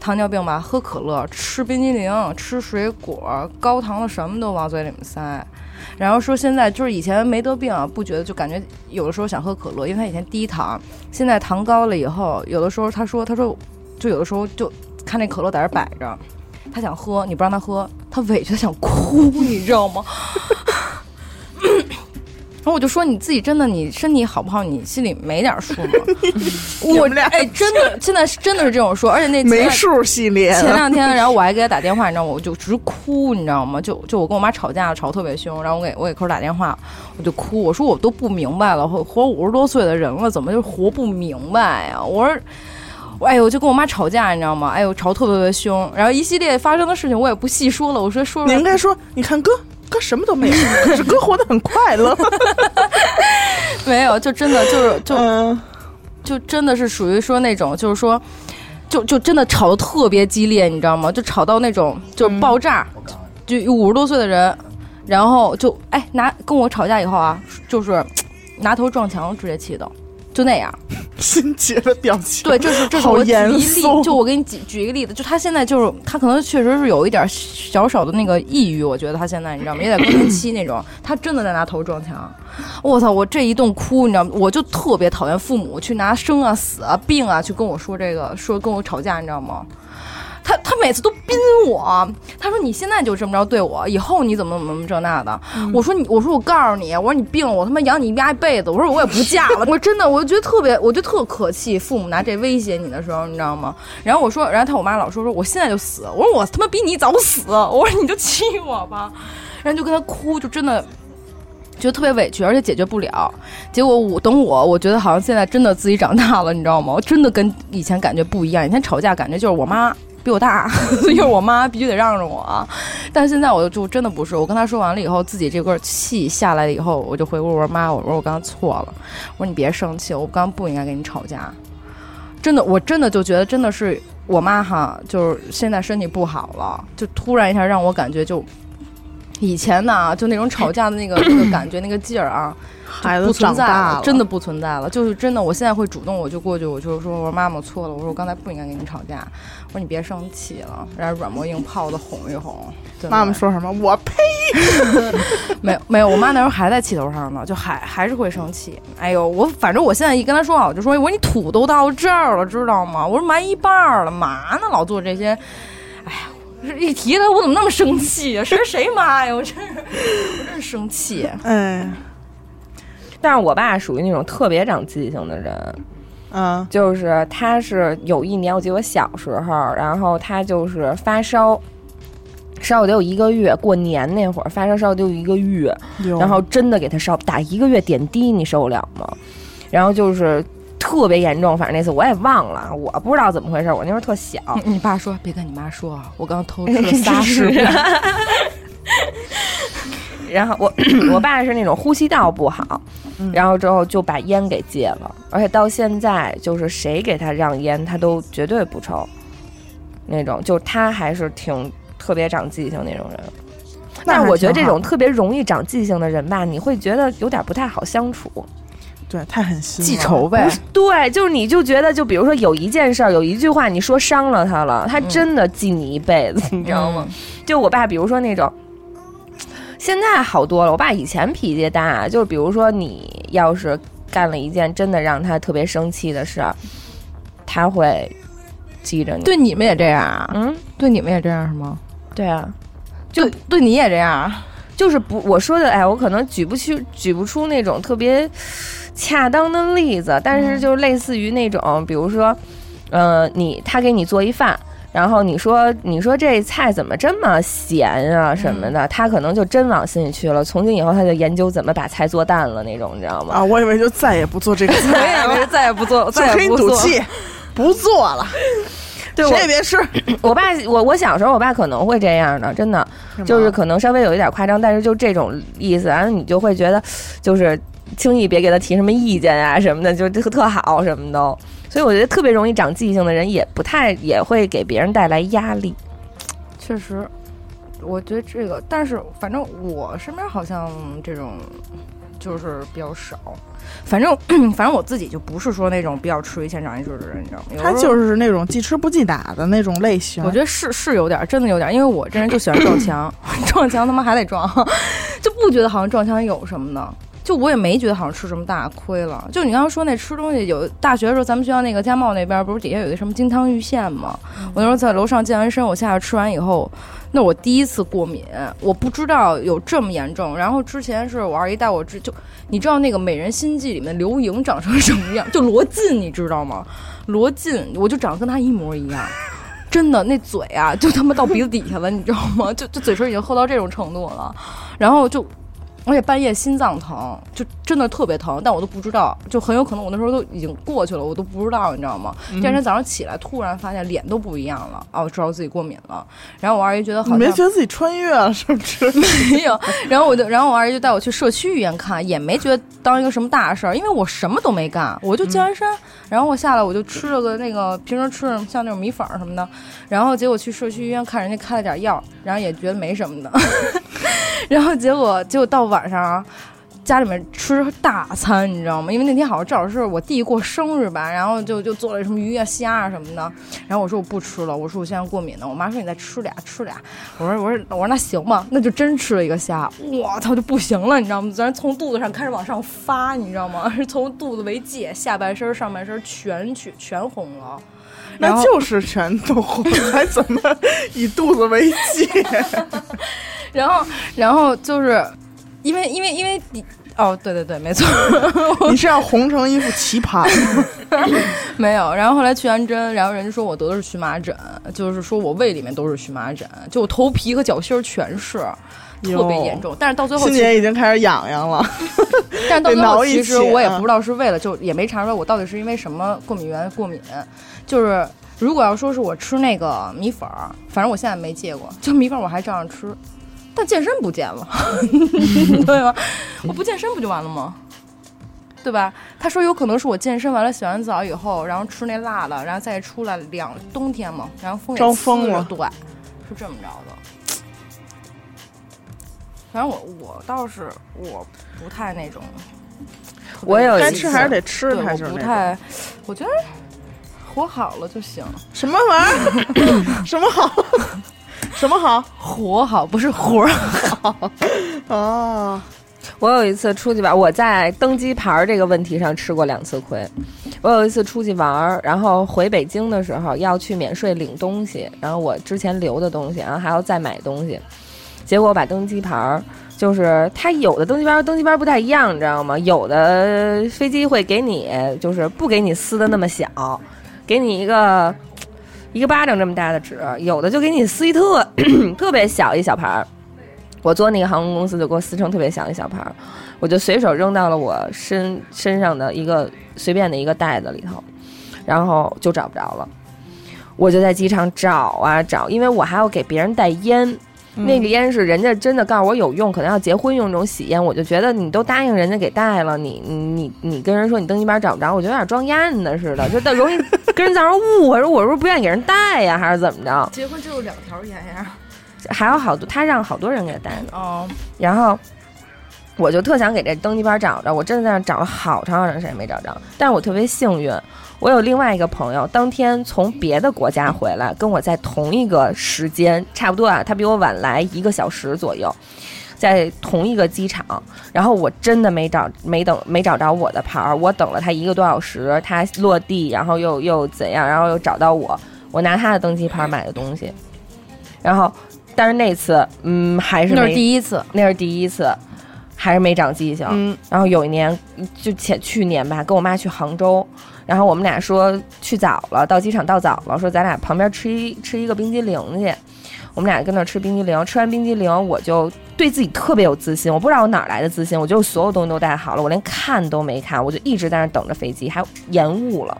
糖尿病吧，喝可乐，吃冰激凌，吃水果，高糖的什么都往嘴里面塞。然后说现在就是以前没得病啊，不觉得就感觉有的时候想喝可乐，因为他以前低糖，现在糖高了以后，有的时候他说他说就有的时候就看那可乐在这摆着，他想喝你不让他喝，他委屈的想哭， *laughs* 你知道吗？然后我就说你自己真的你身体好不好，你心里没点数
*laughs*
吗？我
们俩
哎真的现在是真的是这种说，而且那前
没
两
数系 *laughs* 列
哎前
的，
两天，然后我还给他打电话，你知道吗？我就直哭，你知道吗？就就我跟我妈吵架，吵得特别凶，然后我给我给抠儿打电话，我就哭，我说我都不明白了，活活五十多岁的人了，怎么就活不明白呀、我说。我哎呦，我就跟我妈吵架，你知道吗？哎呦，吵得特别特别凶，然后一系列发生的事情我也不细说了，我说说出
你
来
应该说，你看哥哥什么都没有，可是哥活得很快乐。
没有，就真的就是就
嗯，
就真的是属于说那种，就是说，就就真的吵得特别激烈，你知道吗？就吵到那种就是爆炸，就五十多岁的人，然后就哎拿跟我吵架以后啊，就是拿头撞墙，直接气的，就那样。
*laughs* 心结的表情。
对，这是这是
好
我举
严
一例
肃，
就我给你举举一个例子，就他现在就是他可能确实是有一点小小的那个抑郁，我觉得他现在你知道吗？也在更年期那种，他真的在拿头撞墙。我操！我这一顿哭，你知道吗？我就特别讨厌父母去拿生啊、死啊、病啊去跟我说这个，说跟我吵架，你知道吗？他他每次都逼我，他说你现在就这么着对我，以后你怎么怎么怎么这那的。我说你，我说我告诉你，我说你病了，我他妈养你丫一辈子。我说我也不嫁了， *laughs* 我真的，我就觉得特别，我就特可气，父母拿这威胁你的时候，你知道吗？然后我说，然后他我妈老说说我现在就死，我说我他妈比你早死，我说你就气我吧，然后就跟他哭，就真的。觉得特别委屈，而且解决不了。结果我等我，我觉得好像现在真的自己长大了，你知道吗？我真的跟以前感觉不一样。以前吵架感觉就是我妈比我大， *laughs* 因为我妈必须得让着我。但是现在我就真的不是，我跟她说完了以后，自己这块气下来了以后，我就回过我说妈，我说我刚刚错了，我说你别生气，我刚刚不应该跟你吵架。真的，我真的就觉得真的是我妈哈，就是现在身体不好了，就突然一下让我感觉就。以前呢、就那种吵架的那个那个感觉，那个劲儿啊，
孩
不
子
存
长
在
大了，
真的不存在了。就是真的，我现在会主动，我就过去，我就说，我说妈妈我错了，我说我刚才不应该跟你吵架，我说你别生气了，然后软磨硬泡的哄一哄。对吧
妈妈说什么？我呸！
没有没有，我妈那时候还在气头上呢，就还还是会生气。哎呦，我反正我现在一跟她说啊，我就说我说你土都到这儿了，知道吗？我说埋一半儿了，嘛呢老做这些？哎呀，我这一提她，我怎么那么生气呀、谁是谁妈呀？我真是，我真是生气。
哎，
*laughs* 但是我爸属于那种特别长记性的人，
嗯
就是他是有一年，我记得我小时候，然后他就是发烧，烧了得有一个月，过年那会儿发烧烧了得有一个月，
有
然后真的给他烧打一个月点滴，你受得了吗？然后就是特别严重，反正那次我也忘了，我不知道怎么回事，我那时候特小，
嗯
*laughs*
你爸说别跟你妈说，啊，我刚偷吃
*laughs*
了仨柿
是
饼。
*laughs* 然后我 *clears throat* 我爸是那种呼吸道不好，
嗯
然后之后就把烟给戒了，而且到现在就是谁给他让烟，他都绝对不抽，那种就他还是挺特别长记性那种人。
那
但
还
是我觉得这
挺好
种特别容易长记性的人吧，你会觉得有点不太好相处。
对，太狠心了，
记仇呗
不是，对，就是你就觉得，就比如说有一件事儿，有一句话你说伤了他了，他真的记你一辈子，你知道吗？
嗯
就我爸，比如说那种，现在好多了。我爸以前脾气大，就是比如说你要是干了一件真的让他特别生气的事儿，他会记着你。，
对你们也这样啊？
嗯，
对你们也这样是吗？
对啊，
就对你也这样啊？
就是不，我说的，哎，我可能举不去，举不出那种特别恰当的例子，但
嗯
是就类似于那种，比如说，呃，你他给你做一饭。然后你说，你说这菜怎么这么咸啊什么
嗯
的，他可能就真往心里去了。从今以后，他就研究怎么把菜做淡了那种，你知道 *laughs* 吗？
啊！我以为就再也不做这个
我
菜
也
了，
是再也
*laughs*
不做，
就
再
可
也
以
不
赌
做。
气，不做
*laughs*
了，
对我
谁也别吃。
我爸，我我小时候，我爸可能会这样的，啊真的。就是可能稍微有一点夸张，但是就这种意思，然后你就会觉得，就是轻易别给他提什么意见啊什么的，就特特好什么的。所以我觉得特别容易长记性的人，也不太也会给别人带来压力。
确实，我觉得这个，但是反正我身边好像这种就是比较少。反正 *clears throat* 反正我自己就不是说那种比较吃一堑长一智的人，你知道吗？有时
他
候
就是那种记吃不记打的那种类型。
我觉得是是有点儿，真的有点儿，因为我这人就喜欢撞墙，撞墙他妈还得撞， *laughs* 就不觉得好像撞墙有什么的。就我也没觉得好像吃什么大亏了。就你刚刚说那吃东西，有大学的时候，咱们学校那个家贸那边儿不是底下有一个什么金汤玉县吗？我那时候在楼上健完身，我下去吃完以后，那我第一次过敏，我不知道有这么严重。然后之前是我二姨带我吃，就你知道那个《美人心计》里面刘莹长成什么样？就罗晋，你知道吗？罗晋，我就长得跟她一模一样。真的那嘴啊，就他妈到鼻子底下了，你知道吗？就就嘴唇已经厚到这种程度了，然后就，而且半夜心脏疼，就真的特别疼，但我都不知道，就很有可能我那时候都已经过去了，我都不知道，你知道吗？第二天早上起来，突然发现脸都不一样了，哦，我知道自己过敏了。然后我二姨觉得
你
好像
没觉得自己穿越了是不是？ *laughs*
没有， *laughs* 然后我就，然后我二姨就带我去社区医院看，也没觉得当一个什么大事儿，因为我什么都没干，我就健完身，然后我下来我就吃了个那个平时吃的像那种米粉儿什么的，然后结果去社区医院看，人家开了点药，然后也觉得没什么的， *laughs* 然后结果结果到晚上啊。家里面吃大餐，你知道吗？因为那天好像正好是我弟过生日吧，然后就就做了什么鱼啊、虾啊什么的。然后我说我不吃了，我说我现在过敏呢。我妈说你再吃俩，吃俩。我说我说我说那行吧，那就真吃了一个虾，我操就不行了，你知道吗？咱从肚子上开始往上发，你知道吗？ *laughs* 是从肚子为界，下半身、上半身全去全红了。然
那
后
就是全都红，还怎
*laughs*
么以肚子为界？
然后然后就是因为因为因为你哦对对对，没错，
你是要红成一副棋盘？
*laughs* 没有。然后后来去完针，然后人家说我得的是荨麻疹，就是说我胃里面都是荨麻疹，就我头皮和脚心儿全是。特别
哟
严重，但是到最后
心
其实
姐已经开始痒痒了。
但到最
得
后，
挠一
其实
起
我也
啊
不知道是为了，就也没查出来我到底是因为什么过敏源过敏。就是如果要说是我吃那个米粉儿，反正我现在没戒过，就米粉儿我还照样吃，但健身不健了， *laughs* 对吧？我不健身不就完了吗？对吧？他说有可能是我健身完了，洗完澡以后，然后吃那辣的，然后再出来两冬天嘛，然后风也
招
刺
风
着
了
对，是这么着的。反正我我倒是我不太那种，
我有
该
一
吃
次
还是得吃，
对，
它
我
就是
不
那种
太，我觉得活好了就行，
什么玩意儿？ *coughs* 什么好？什么好？
活好不是活 *laughs* 儿。
哦，
我有一次出去玩，我在登机牌儿这个问题上吃过两次亏。我有一次出去玩儿，然后回北京的时候要去免税领东西，然后我之前留的东西，然啊后还要再买东西，结果我把登机牌儿。就是它有的登机牌儿和登机牌儿不太一样，你知道吗？有的飞机会给你，就是不给你撕的那么小，给你一个一个巴掌这么大的纸，有的就给你撕一特 *coughs* 特别小一小盘儿。我坐那个航空公司就给我撕成特别小一小盘儿，我就随手扔到了我身身上的一个随便的一个袋子里头，然后就找不着了。我就在机场找啊找，因为我还要给别人带烟，
嗯
那个烟是人家真的告诉我有用，可能要结婚用这种洗烟，我就觉得你都答应人家给带了，你你你你跟人说你登机牌找不着，我觉得有点装鸭呢似的，就但容易跟人造成误会，说我是不是不愿意给人带呀，还是怎么着？
结婚就是两条烟呀。
还有好多他让好多人给他带呢。
哦，
然后我就特想给这登机牌找着，我真的在那儿找了好长好长时间没找着。但是我特别幸运，我有另外一个朋友，当天从别的国家回来，跟我在同一个时间，差不多啊，他比我晚来一个小时左右。在同一个机场，然后我真的没找没等没找着我的牌儿，我等了他一个多小时，他落地，然后又又怎样，然后又找到我，我拿他的登机牌买的东西，嗯然后但是那次嗯还是
那
没
是第一次，
那是第一次，还是没长记性。
嗯，
然后有一年，就前去年吧，跟我妈去杭州，然后我们俩说去早了，到机场到早了，说咱俩旁边吃一吃一个冰激凌去。我们俩跟那儿吃冰激凌，吃完冰激凌，我就对自己特别有自信。我不知道我哪儿来的自信，我就是所有东西都带好了，我连看都没看，我就一直在那儿等着飞机，还延误了。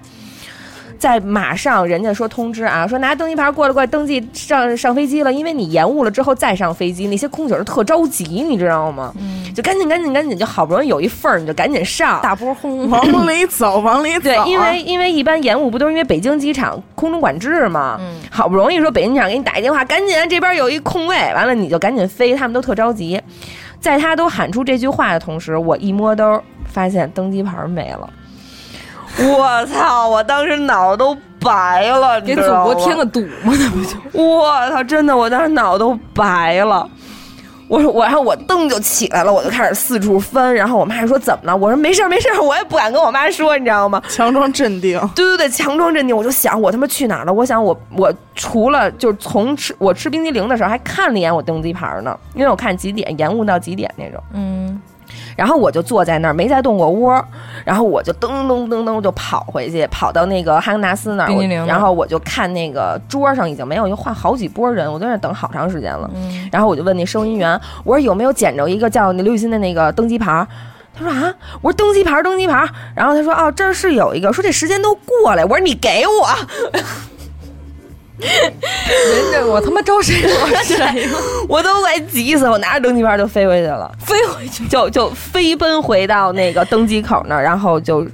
在马上，人家说通知啊，说拿登机牌过来，过来登记上上飞机了，因为你延误了之后再上飞机，那些空姐儿特着急，你知道吗？
嗯，
就赶紧赶紧赶紧，就好不容易有一份儿，你就赶紧上。
大波轰，
嗯往里走，往里走。啊
对，
啊
因为因为一般延误不都是因为北京机场空中管制嘛？
嗯
好不容易说北京机场给你打一电话，赶紧啊这边有一空位，完了你就赶紧飞，他们都特着急。在他都喊出这句话的同时，我一摸兜，发现登机牌没了。我操！我当时脑都白了，你
给
知
祖
道
国
吗
添个堵嘛，那不就？
我操！真的，我当时脑都白了。我说我，然后我噔就起来了，我就开始四处翻。然后我妈说怎么了？我说没事儿没事儿，我也不敢跟我妈说，你知道吗？
强装镇定，
对对对，强装镇定。我就想我他妈去哪儿了？我想我我除了就是从吃我吃冰激凌的时候还看了一眼我登机牌呢，因为我看几点延误到几点那种。
嗯，
然后我就坐在那儿没再动过窝，然后我就噔噔噔噔就跑回去，跑到那个哈根达斯那儿，
冰
我
激凌那儿
然后我就看那个桌上已经没有，就换好几波人，我在那儿等好长时间了。
嗯
然后我就问那收银员，我说有没有捡着一个叫那刘雨欣的那个登机牌儿？他说啊，我说登机牌儿，登机牌儿。然后他说哦，这儿是有一个，说这时间都过了。我说你给我，
人家我他妈招谁惹
*laughs*
谁了？
我都快急死，我拿着登机牌儿就飞回去了。
飞回去，
就就飞奔回到那个登机口那儿，然后就，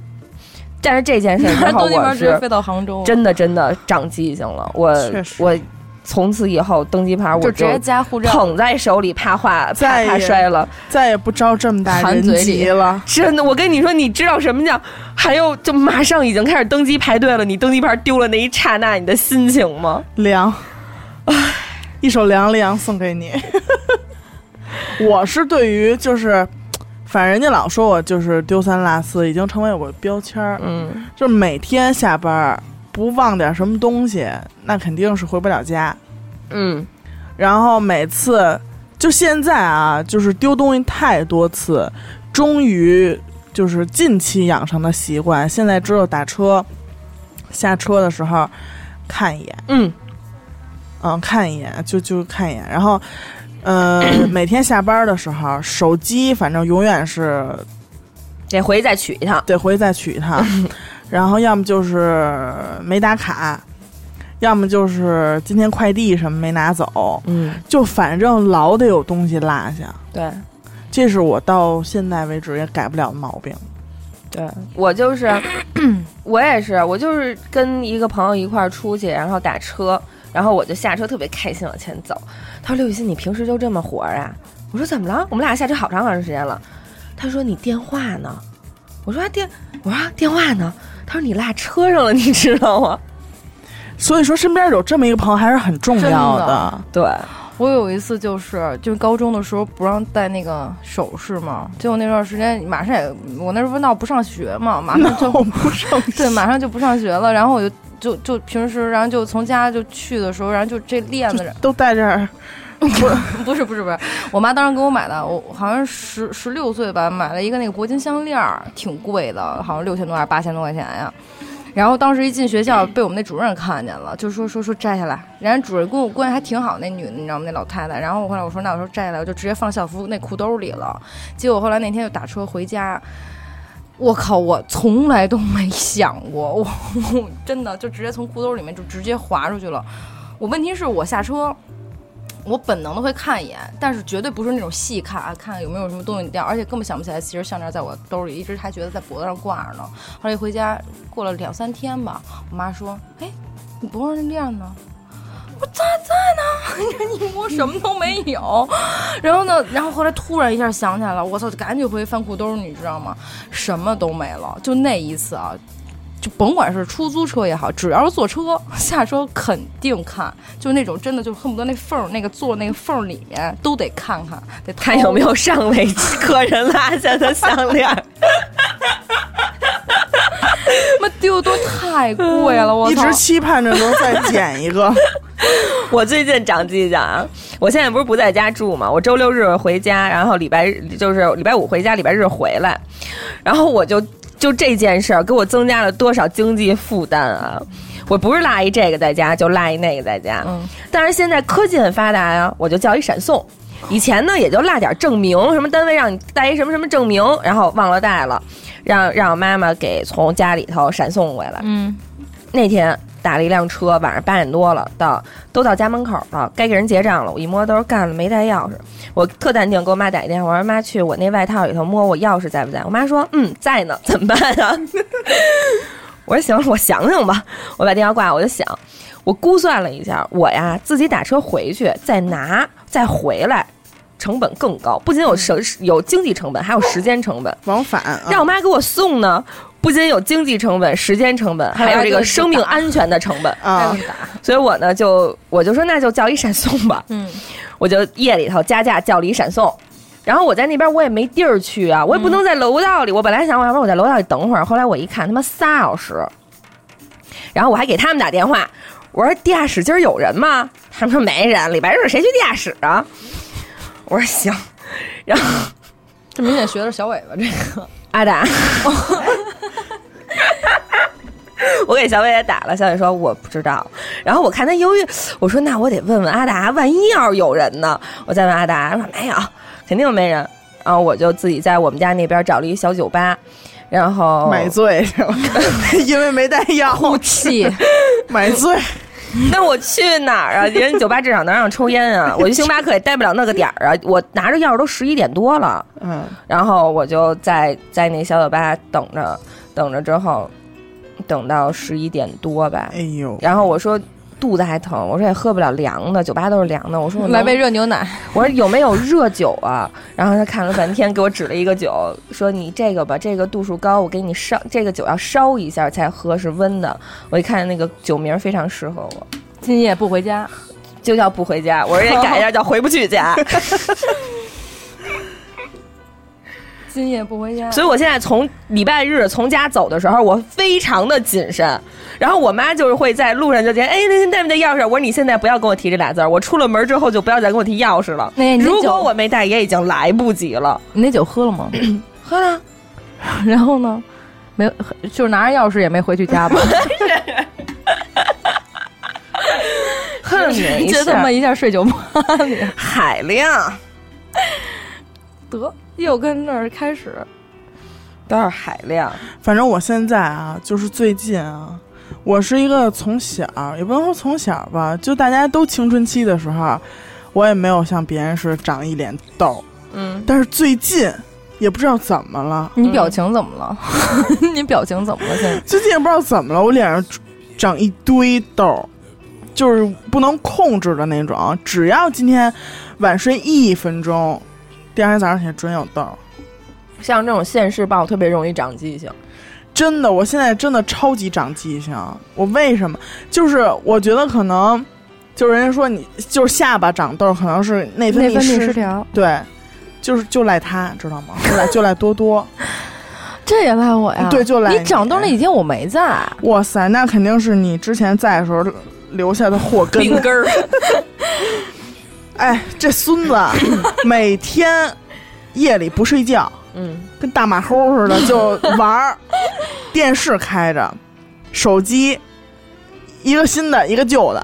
但是这件事之
*laughs* 然
后，
后东那
我
边直接
是
飞到杭州，
真的真的长记性了，我
确实
我从此以后登机牌我
就直接加护照。
捧在手里，怕化怕
再
怕
也
摔了。
再也不招这么大
含
人
嘴里
急了。
真的，我跟你说，你知道什么叫？还有，就马上已经开始登机排队了，你登机牌丢了那一刹那，你的心情吗？
凉，一首《凉凉》送给你。 *laughs* 我是对于就是，反正人家老说我就是丢三落四，已经成为我的标签儿。
嗯，
就是每天下班儿不忘点什么东西，那肯定是回不了家。
嗯，
然后每次就现在啊，就是丢东西太多次，终于就是近期养成的习惯。现在知道打车下车的时候看一眼，
嗯，
嗯，看一眼就就看一眼，然后。呃，每天下班的时候，手机反正永远是
得回去再取一趟。
得回去再取一趟，然后要么就是没打卡，要么就是今天快递什么没拿走，
嗯，
就反正老得有东西落下。
对。
这是我到现在为止也改不了的毛病。
对我就是， *clears throat* 我也是，我就是跟一个朋友一块儿出去，然后打车，然后我就下车特别开心往前走。他说：“刘雨欣，你平时就这么活儿啊？”我说：“怎么了？我们俩下车好长好长时间了。”他说：“你电话呢？”我说：“啊电，我说、啊、电话呢？”他说：“你落车上了，你知道吗
所以说，身边有这么一个朋友还是很重要
真
的
的。？”
对，
我有一次就是就是高中的时候不让戴那个首饰嘛，结果那段时间马上也我那时候闹不上学
*laughs*
嘛，马上就
我不上
对，马上就不上学了，然后我就。就就平时，然后就从家就去的时候，然后就这
*laughs*
链子，
都在这儿，
不是不是不是，我妈当时给我买的，我好像十十六岁吧，买了一个那个铂金项链儿，挺贵的，好像六千多还是八千多块钱呀。然后当时一进学校，被我们那主任看见了，就说说说摘下来。人家主任跟我关系还挺好，那女的你知道吗？那老太太。然后我后来我说那我说摘下来，我就直接放校服那裤兜里了。结果后来那天就打车回家，我靠，我从来都没想过，我我真的就直接从裤兜里面就直接滑出去了。我问题是我下车，我本能的会看一眼，但是绝对不是那种细看啊，看看有没有什么东西掉，而且根本想不起来，其实项链在我兜里，一直还觉得在脖子上挂着呢。后来一回家，过了两三天吧，我妈说：“哎，你脖上那链呢？”我说在在呢，你 *laughs* 摸什么都没有。然后呢，然后后来突然一下想起来了，我操，赶紧回去翻裤兜，你知道吗？什么都没了，就那一次啊。就甭管是出租车也好，只要是坐车下车肯定看，就那种真的就恨不得那缝儿那个坐那个缝儿里面都得看看，得
看有没有上位客人落下的项链儿。
他妈丢的都太贵了，我
一
操
直！期盼着能再捡一个。 *laughs*
*laughs* 我最近长记性啊！我现在不是不在家住嘛，我周六日回家，然后礼拜日就是礼拜五回家，礼拜日回来，然后我就就这件事儿给我增加了多少经济负担啊！我不是落一这个在家，就落一那个在家。
嗯，
但是现在科技很发达呀、我就叫一闪送。以前呢，也就落点证明，什么单位让你带一什么什么证明，然后忘了带了，让让我妈妈给从家里头闪送回来。
嗯，
那天打了一辆车，晚上八点多了，到都到家门口了，该给人结账了。我一摸兜，干了没带钥匙，我特淡定，给我妈打一电话，我说妈去我那外套里头摸我钥匙在不在？我妈说嗯在呢，怎么办啊？我说行，我想想吧。我把电话挂了，我就想，我估算了一下，我呀自己打车回去再拿再回来，成本更高，不仅有时有经济成本，还有时间成本。
往返啊
让我妈给我送呢，不仅有经济成本、时间成本，还有这个生命安全的成本。
啊，
所以我呢就我就说那就叫一闪送吧，
嗯，
我就夜里头加价叫了一闪送。然后我在那边我也没地儿去啊，我也不能在楼道里。我本来想，我要不然我在楼道里等会儿。后来我一看，他妈仨小时，然后我还给他们打电话，我说地下室今儿有人吗？他们说没人，礼拜日谁去地下室啊？我说行，然后
这明显学的是小尾巴这 *laughs* 个。
阿达， *laughs* 我给小伟也打了，小伟说我不知道。然后我看他犹豫，我说那我得问问阿达，万一要是有人呢？我再问阿达，他说没有，肯定没人。然后我就自己在我们家那边找了一小酒吧，然后
买醉 *laughs* 去了，因为没带药，
哭泣，
买醉。
那我去哪儿啊？人家酒吧至少能让我抽烟啊，我去星巴克也待不了那个点儿啊。我拿着钥匙都十一点多了，
嗯，
然后我就在在那小酒吧等着，等着之后，等到十一点多吧。
哎呦，
然后我说肚子还疼，我说也喝不了凉的，酒吧都是凉的。我说我能
*laughs* 来杯，热牛奶。
我说有没有热酒啊？然后他看了半天，给我指了一个酒，说你这个吧，这个度数高，我给你烧，这个酒要烧一下才喝，是温的。我一看那个酒名非常适合我，
今夜不回家，
就叫不回家。我说也改一下叫回不去家。
*laughs* 今夜不回家。
所以我现在从礼拜日从家走的时候，我非常的谨慎。然后我妈就是会在路上就觉得，哎，那带没带钥匙？我说你现在不要跟我提这俩字儿。我出了门之后就不要再跟我提钥匙了。
哎你这
如
酒
果我没带，也已经来不及了。
你那酒 *coughs* 喝了啊吗？
喝了，
*laughs* 然后呢？没有，就是拿着钥匙也没回去家 *laughs* 吧？
恨
*laughs*
你一
这他
下
妈，一下睡酒吧里
海量
得又跟那儿开始。
都是海量。
反正我现在啊，就是最近啊，我是一个从小也不能说从小吧，就大家都青春期的时候，啊我也没有像别人是长一脸痘，
嗯，
但是最近也不知道怎么了，
你表情怎么了？ *laughs* 你表情怎么了？现在
最近也不知道怎么了，我脸上长一堆痘，就是不能控制的那种。只要今天晚睡一分钟，第二天早上起来准有痘。
像这种现世报特别容易长记性。
真的，我现在真的超级长记性。我为什么？就是我觉得可能，就是人家说你就是下巴长痘，可能是内分
内
泌
分泌失
失
调，
对，就是就赖他，知道吗？就赖就赖多多。
这也赖
嗯
我呀？
对就赖
你
你
长痘那几天我没在，
哇塞，那肯定是你之前在的时候留下的祸根。
病根儿，
哎，这孙子每天夜里不睡觉，
嗯，
跟大马猴似的就玩儿，电视开着，手机一个新的，一个旧的，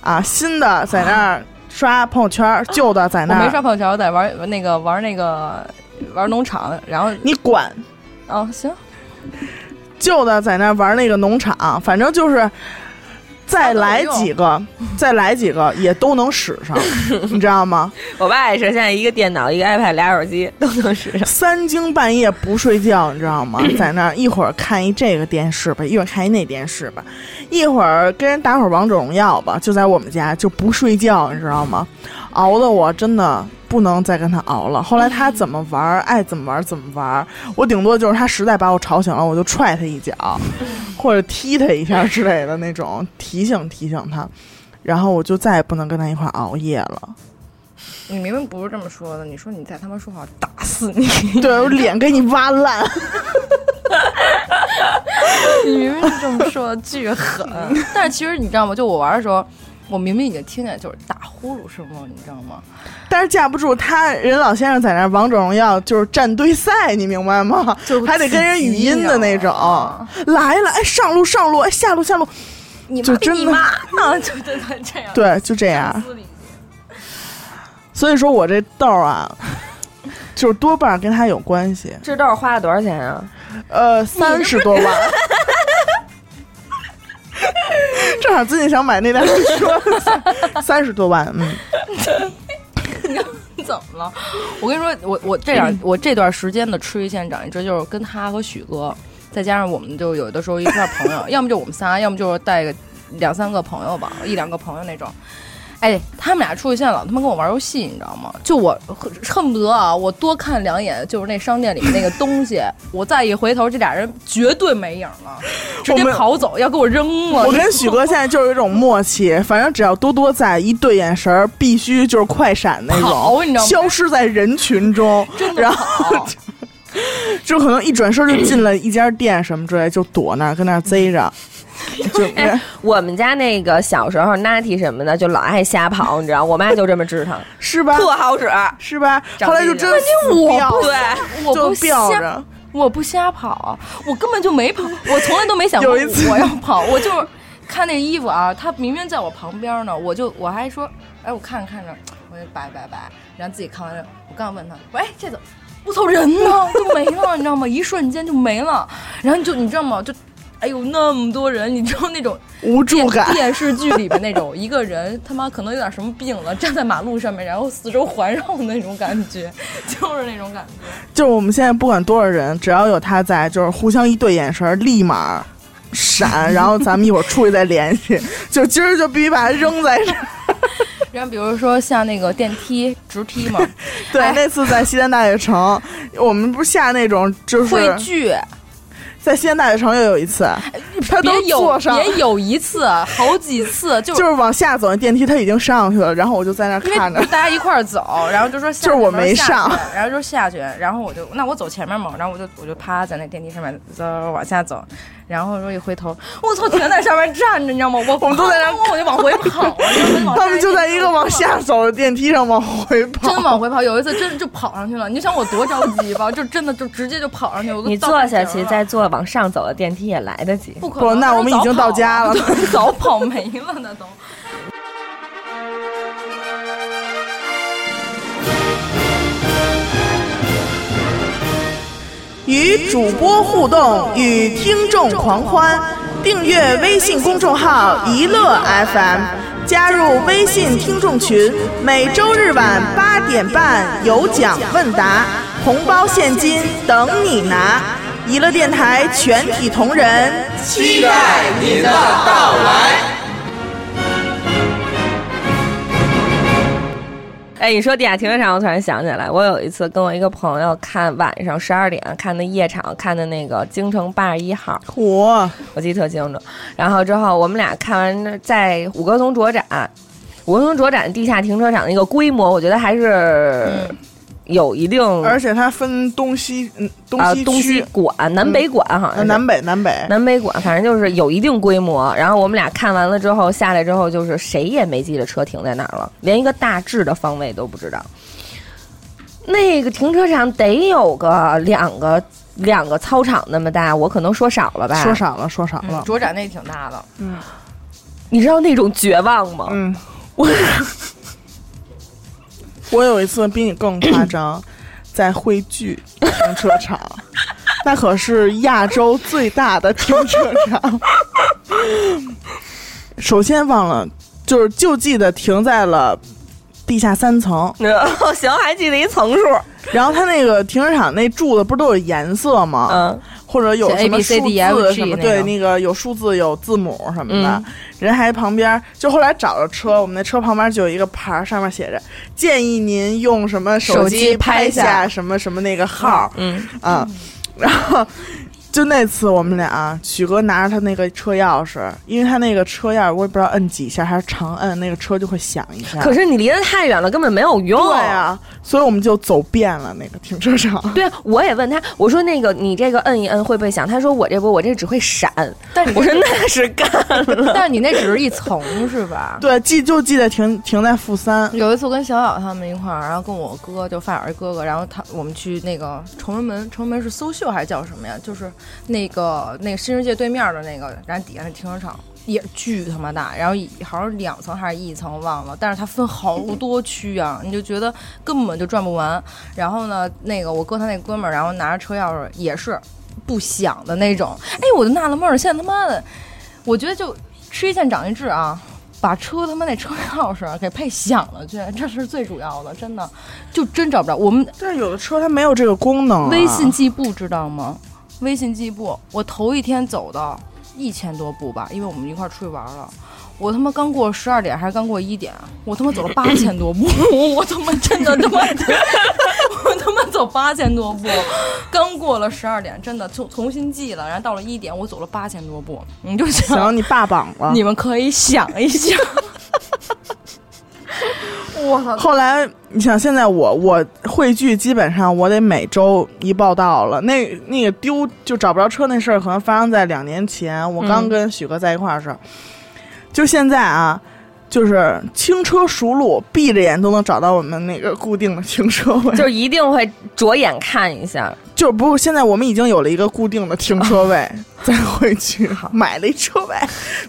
啊，新的在那儿刷朋友圈，旧的在
我
那
没刷
儿。
朋友圈，我在玩那个玩那个玩农场，然后
你管
哦行，
旧的在那儿玩那个农场，反正就是再来几个，再来几个也都能使上，你知道吗？
*laughs* 我爸也是，现在一个电脑、一个 iPad、俩手机都能使 *laughs* 上。
三更半夜不睡觉，你知道吗？在那儿一会儿看一这个电视吧，一会儿看一那电视吧，一会儿跟人打会儿王者荣耀吧，就在我们家就不睡觉，你知道吗？熬的我真的不能再跟他熬了。后来他怎么玩儿，爱怎么玩儿怎么玩儿，我顶多就是他实在把我吵醒了，我就踹他一脚，或者踢他一下之类的那种，提醒提醒他。然后我就再也不能跟他一块儿熬夜了。
你明明不是这么说的，你说你再他妈说话，打死你！ *laughs*
对我脸给你挖烂。
你明明是这么说的，巨狠。 *laughs* 但是其实你知道吗？就我玩的时候，我明明已经听见就是打呼噜声了，你知道吗？
但是架不住他人老先生在那儿王者荣耀就是站队赛，你明白吗？
就啊
还得跟人语音的那种，来了，哎，上路上路，哎，下路下路，
你
就真的
啊， *laughs* 就对对这样。
对，就这样。
私理
所以说我这痘儿啊，就是多半跟他有关系。
这豆花了多少钱啊？
*laughs*
呃，三十多万，想自己想买那辆车，三十多万，嗯，
*laughs* 怎么了？我跟你说，我我
*clears throat*
这两我这段时间的吃一堑长一智，就是跟他和许哥，再加上我们就有的时候一块儿朋友， *laughs* 要么就我们仨，要么就是带个两三个朋友吧，一两个朋友那种。哎，他们俩出去现在老他妈跟我玩游戏，你知道吗？就我恨恨不得啊，我多看两眼，就是那商店里面那个东西，我再一回头，这俩人绝对没影了，直接
我们
跑走，要给我扔了。
我跟许哥现在就是有一种默契，
*laughs*
反正只要多多在，一对眼神儿必须就是快闪那
*laughs* 跑你知
种，
道吗
消失在人群中，然后
跑
*laughs* 就可能一转身就进了一家店什么之类，就躲那儿跟那儿贼
*laughs*
着，就
哎我们家那个小时候 Natty 什么的，就老爱瞎跑，你知道，我妈就这么治 *laughs* 他，
是吧？
特好使。
是吧？
长
后来就
记性
真死掉了，
对，
我
就
不
吊
瞎
着。
我不瞎跑，我根本就
*laughs*
没跑，我从来都没想过
有一次
我要跑，我就是看那衣服啊，他明明在我旁边呢，我就我还说，哎，我看着看着，我就摆摆摆，然后自己看完了，我刚问他，喂，这怎么？我操，人呢？就没了，你知道吗？一瞬间就没了，然后你就你知道吗？就，哎呦，那么多人，你知道
*laughs*
那种
无助感。
电视剧里面那种一个人他妈可能有点什么病了，站在马路上面，然后四周环绕的那种感觉，就是那种感觉。
就是我们现在不管多少人，只要有他在，就是互相一对眼神儿，立马闪，然后咱们一会儿出去再联系。就今儿就必须把他扔在这儿。
然后比如说像那个电梯直梯
*laughs*
嘛，
对，
哎
那次在西单大悦城，我们不是下那种，就
汇
是
聚，
在西单大悦城又有一次，他都
呃别有
坐上
别有一次，好几次，就
就是往下走，那电梯他已经上去了，然后我就在那儿
因为
看着
大。家一块儿走，然后就说下去
就是我没
然后
上
下去然后就下去，然后我就那我走前面嘛，然后我就我就趴在那电梯上面走往下走，然后说一回头，我操，全在上面站着，你知道吗？
*laughs*
我我
们都在那
那，我就往回跑，啊
*laughs* 他们就在一个往
下。
下走的电梯上往回
*laughs* 真
跑，
往回跑，有一次真就跑上去了，你就想我多着急吧，就真的就直接就跑上去，我
*laughs*
都
你
到
坐
站
下
前
去
了
再坐往上走的电梯也来得及。
不可
不
能，
那
他
我们已
早
经到
跑
家了
对 *laughs* 早跑没了那都。
与主播互动，与听众狂欢。订阅微信公众号“一乐 FM”，加入微信听众群，每周日晚八点半有奖问答，红包现金等你拿。一乐电台全体同仁期待
您的到来。
哎，你说地下停车场，我突然想起来，我有一次跟我一个朋友看晚上十二点看的夜场，看的那个京城八十一号，
火。
我记得特清楚。然后之后我们俩看完那在五棵松卓展，五棵松卓展地下停车场那个规模，我觉得还是有一定
嗯而且它分东西，嗯，东
啊
西
东
区
西、馆、南北馆好像
呃
是
南北、南北。
南北馆，反正就是有一定规模。然后我们俩看完了之后下来之后，就是谁也没记得车停在哪儿了，连一个大致的方位都不知道。那个停车场得有个两个两个操场那么大，我可能说少了吧。
说少了，说少
嗯
了。
卓展那挺大的，
你知道那种绝望吗？
嗯，我我有一次比你更夸张，在汇聚停车场， *laughs* 那可是亚洲最大的停车场。首先忘了，就是就记得停在了地下三层，
行，还记得一层数，
然后它那个停车场那柱子不是都有颜色吗？
嗯，
或者有
写
什么
A
数
B C D E
字
F G
什么，
那
对，
种
那个有数字有字母什么的
嗯，
人还旁边就后来找着车，我们那车旁边就有一个牌儿，上面写着建议您用什么手
手机
拍
拍
下
下
什么什么那个号，
嗯
啊，然后。就那次，我们俩，许哥拿着他那个车钥匙，因为他那个车钥匙我也不知道摁几下，还是长摁，那个车就会响一下。
可是哦你离得太远了，根本没有用。
对啊，所以我们就走遍了那个停车场。
对啊，我也问他，我说那个你这个摁一摁会不会响？他说我这不我这只会闪。
但你
我说那是干了。
*laughs* 但是你那只是一层是吧？
对，记就记得停停在负三，
有一次我跟小小他们一块儿，然后跟我哥就发小一哥哥，然后他我们去那个崇文门，崇文门是搜秀还是叫什么呀？就是那个那个新世界对面的那个，然后底下那停车场也巨他妈大，然后一好像两层还是一层忘了，但是它分好多区啊，你就觉得根本就转不完。然后呢，那个我哥他那哥们儿，然后拿着车钥匙也是不响的那种，哎，我就纳了闷儿，现在他妈的，我觉得就吃一堑长一智啊，把车他妈那车钥匙啊给配响了去，这是最主要的，真的，就真找不着。我们
但是有的车它没有这个功能、啊。
微信计步知道吗？微信计步，我头一天走的一千多步吧，因为我们一块儿出去玩了。我他妈刚过十二点还是刚过一点，我他妈走了八千多步， *laughs* 我他妈真的他妈， *laughs* 我他妈走八千多步，刚过了十二点，真的重重新记了，然后到了一点，我走了八千多步，你就想，
想你霸榜了，
你们可以想一 *laughs* 想。我操！
后来你想，现在我我汇聚基本上我得每周一报道了。那那个丢就找不着车那事儿，可能发生在两年前，我
嗯
刚跟许哥在一块儿的时候。就现在啊，就是轻车熟路，闭着眼都能找到我们那个固定的停车位。
就一定会着眼看一下。
就不是现在我们已经有了一个固定的停车位，
哦
再回去 *laughs* 买了一车位，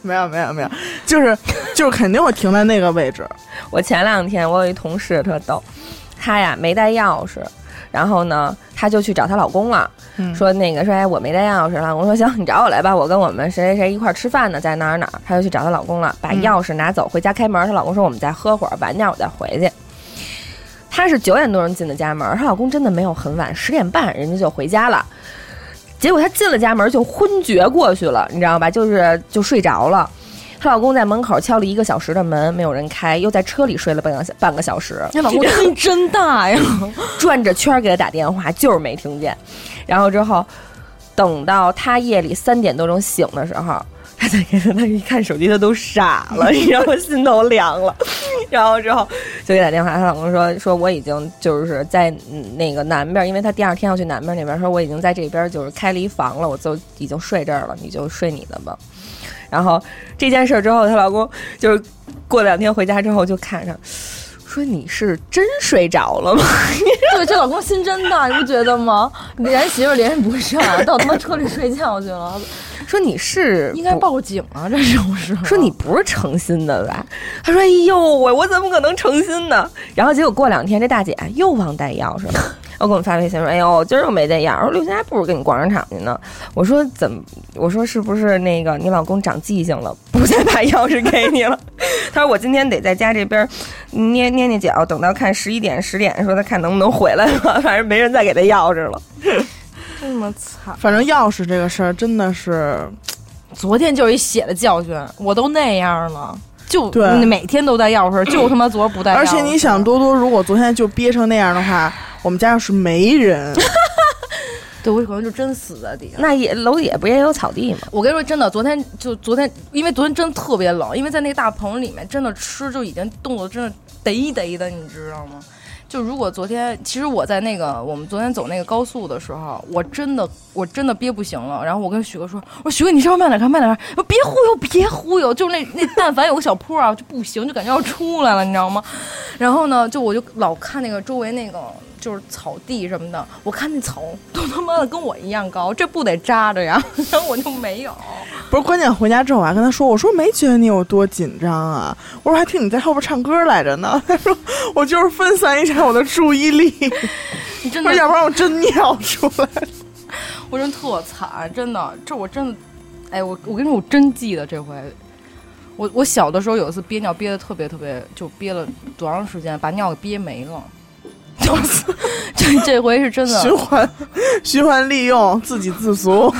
没有没有没有，就是就是肯定会停在那个位置。
我前两天我有一同事特逗，她呀没带钥匙，然后呢她就去找她老公了，
嗯
说那个说哎我没带钥匙了，老公说行你找我来吧，我跟我们谁谁谁一块儿吃饭呢，在哪儿哪儿，她就去找她老公了，把
嗯
钥匙拿走，回家开门，她老公说我们再喝会儿，晚点我再回去。她是九点多钟进的家门，她老公真的没有很晚，十点半人家就回家了。结果她进了家门就昏厥过去了，你知道吧？就是就睡着了。她老公在门口敲了一个小时的门，没有人开，又在车里睡了半个小半个小时，
那
*laughs*
老公心真大呀！
转着圈儿给她打电话，就是没听见。然后之后，等到她夜里三点多钟醒的时候，她才给她一看手机，她都傻了，你知道吗？心都凉了。然后之后就给她打电话，她老公说说我已经就是在嗯那个南边，因为她第二天要去南边那边，说我已经在这边就是开了一房了，我就已经睡这儿了，你就睡你的吧。然后这件事儿之后，她老公就是过两天回家之后就看上，说你是真睡着了吗？
*laughs* 对，这老公心真大，你不觉得吗？连媳妇儿联系不上，到他妈车里睡觉去了，
说你是
应该
不
报警啊！这种事，
说你不是诚心的吧？他说：“哎呦，我我怎么可能诚心呢？”然后结果过两天，这大姐又忘带钥
*laughs*
匙了。我给我们发微信说：“哎呦，今儿又没带钥匙。”我说：“刘佳不如跟你逛商场去呢。”我说：“怎么？我说是不是那个你老公长记性了，不再把钥匙给你了？” *laughs* 他说：“我今天得在家这边捏捏捏脚，等到看十一点十点，说他看能不能回来吧。 *laughs* 反正没人再给他钥匙了。
这么惨。
反正钥匙这个事儿真的是，
昨天就是一血的教训，我都那样了，就
对
每天都带钥匙，就他妈昨儿不带钥匙。
而且你想，，多多如果昨天就憋成那样的话，我们家要是没
*laughs*
人，
对我可能就真死在底下。
那也楼底下不也有草地吗？
我跟你说，真的，昨天就昨天，因为昨天真特别冷，因为在那个大棚里面，真的吃就已经冻得真的嘚嘚的，你知道吗？就如果昨天，其实我在那个我们昨天走那个高速的时候，我真的我真的憋不行了。然后我跟许哥说：“我说许哥，你稍微慢点开，慢点开。”我说：“别忽悠，别忽悠！” *laughs* 就是那那但凡有个小坡啊，就不行，就感觉要出来了，你知道吗？然后呢，就我就老看那个周围那个就是草地什么的，我看那草都他妈的跟我一样高，这不得扎着呀？ *laughs* 然后我就没有，
不是关键回家之后我还跟他说，我说没觉得你有多紧张啊，我说还听你在后边唱歌来着呢。 *laughs* 他说我就是分散一下我的注意
*laughs*
力，
你真
不
的
是，要不然我真尿出来。
我真特惨，真的，这我真的，哎，我我跟你说，我真记得这回。我我小的时候有一次憋尿憋得特别特别，就憋了多长时间，把尿给憋没了。 *laughs* 就是 *laughs* 这这回是真的
循环 *laughs* 循环利用，自给自
*laughs*
足，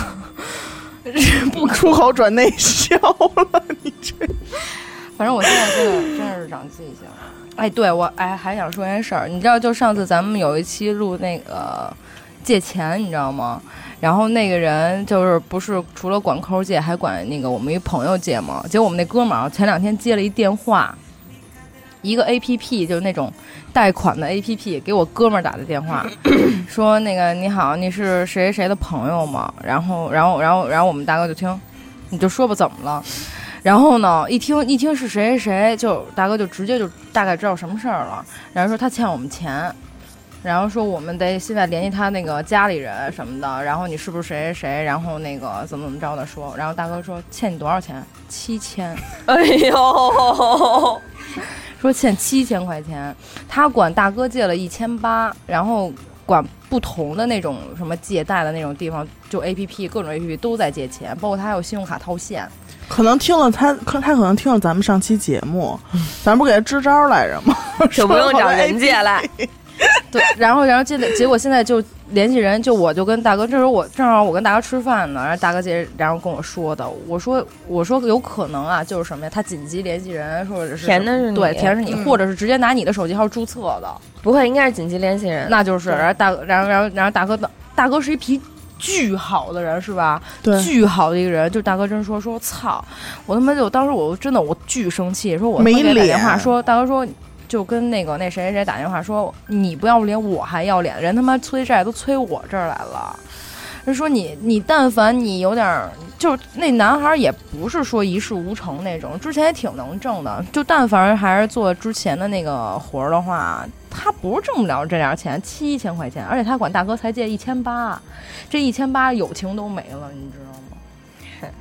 不出口转内销了。你这
反正我现在真的真是长记性。哎，对我哎还想说件事儿，你知道就上次咱们有一期录那个、呃借钱，你知道吗？然后那个人就是不是除了管抠借，还管那个我们一朋友借嘛？结果我们那哥们儿啊，前两天接了一电话，一个 A P P 就是那种贷款的 A P P，给我哥们儿打的电 *clears throat* 话，说那个你好，你是谁谁谁的朋友吗？然后然后然后然后我们大哥就听，你就说吧怎么了？然后呢，一听一听是谁谁谁，就大哥就直接就大概知道什么事儿了。然后说他欠我们钱，然后说我们得现在联系他那个家里人什么的。然后你是不是谁谁谁？然后那个怎么怎么着的说。然后大哥说欠你多少钱？七千。
哎呦！
说欠七千块钱，他管大哥借了一千八，然后管不同的那种什么借贷的那种地方，就 A P P 各种 A P P 都在借钱，包括他还有信用卡套现，
可能听了他，可他可能听了咱们上期节目，
嗯
咱不给他支招来着吗？
*laughs* 就不用找人借了。 *laughs*
对，然后然后结结果现在就联系人，就我就跟大哥，这时候我正好我跟大哥吃饭呢，然后大哥接然后跟我说的，我说我说有可能啊，就是什么呀，他紧急联系人或者是
填的是你
对填的是你，
嗯
或者是直接拿你的手机号注册的，
不会，应该是紧急联系人。
那就是然后大哥然后然后然后大哥的大哥是一脾巨好的人是吧？
对， *laughs*
巨好的一个人，就大哥真说说操，我他妈就当时我真的我巨生气，说我他妈
没
给他打
脸
电话说大哥说。就跟那个那谁谁谁打电话说你不要脸我还要脸，人他妈催债都催我这儿来了，人说你你但凡你有点儿就是那男孩儿也不是说一事无成那种，之前也挺能挣的，就但凡还是做之前的那个活儿的话，他不是挣不了这点儿钱，七千块钱，而且他管大哥才借一千八，这一千八友情都没了，你知道吗？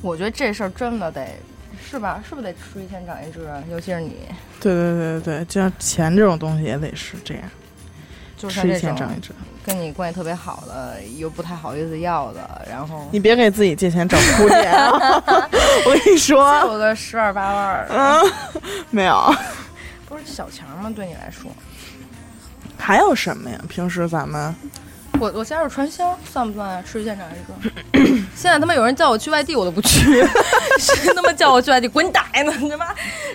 我觉得这事儿真的得是吧？是不是得吃一堑长一智啊？尤其是你，
对对对对，就像钱这种东西也得是这样，
就
吃
是
一
像
堑
这种
长一智。
跟你关系特别好的，又不太好意思要的，然后
你别给自己借钱找哭去
*laughs*
啊！我跟你说，嗯
有个十二八万儿，
没有，
不是小强吗？对你来说，
还有什么呀？平时咱们
我我家有传销，算不算啊？吃一堑长一智。现在他妈有人叫我去外地，我都不去。 *laughs* 谁他妈叫我去外地，滚蛋呢！你他妈，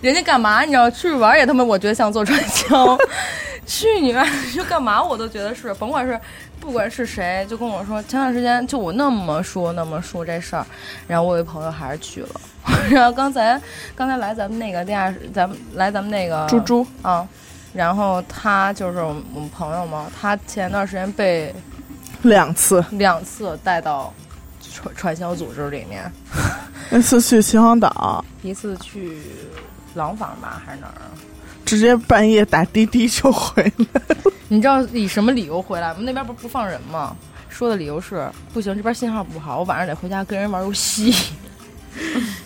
人家干嘛？你知道，出去玩儿也他妈，我觉得像做传销。去你妈！就干嘛我都觉得是，甭管是不管是谁，就跟我说，前段时间就我那么说那么说这事儿，然后我有一朋友还是去了。 *laughs* 然后刚才刚才来咱们那个地下，咱们来咱们那个
猪猪
啊，然后他就是我们朋友嘛，他前段时间被
两次，
两次带到传传销组织里面，
那次去秦皇岛，
一次去廊坊吧还是哪儿啊？
直接半夜打滴滴就回来。
你知道以什么理由回来吗？那边不是不放人吗？说的理由是不行，这边信号不好，我晚上得回家跟人玩游戏， *laughs*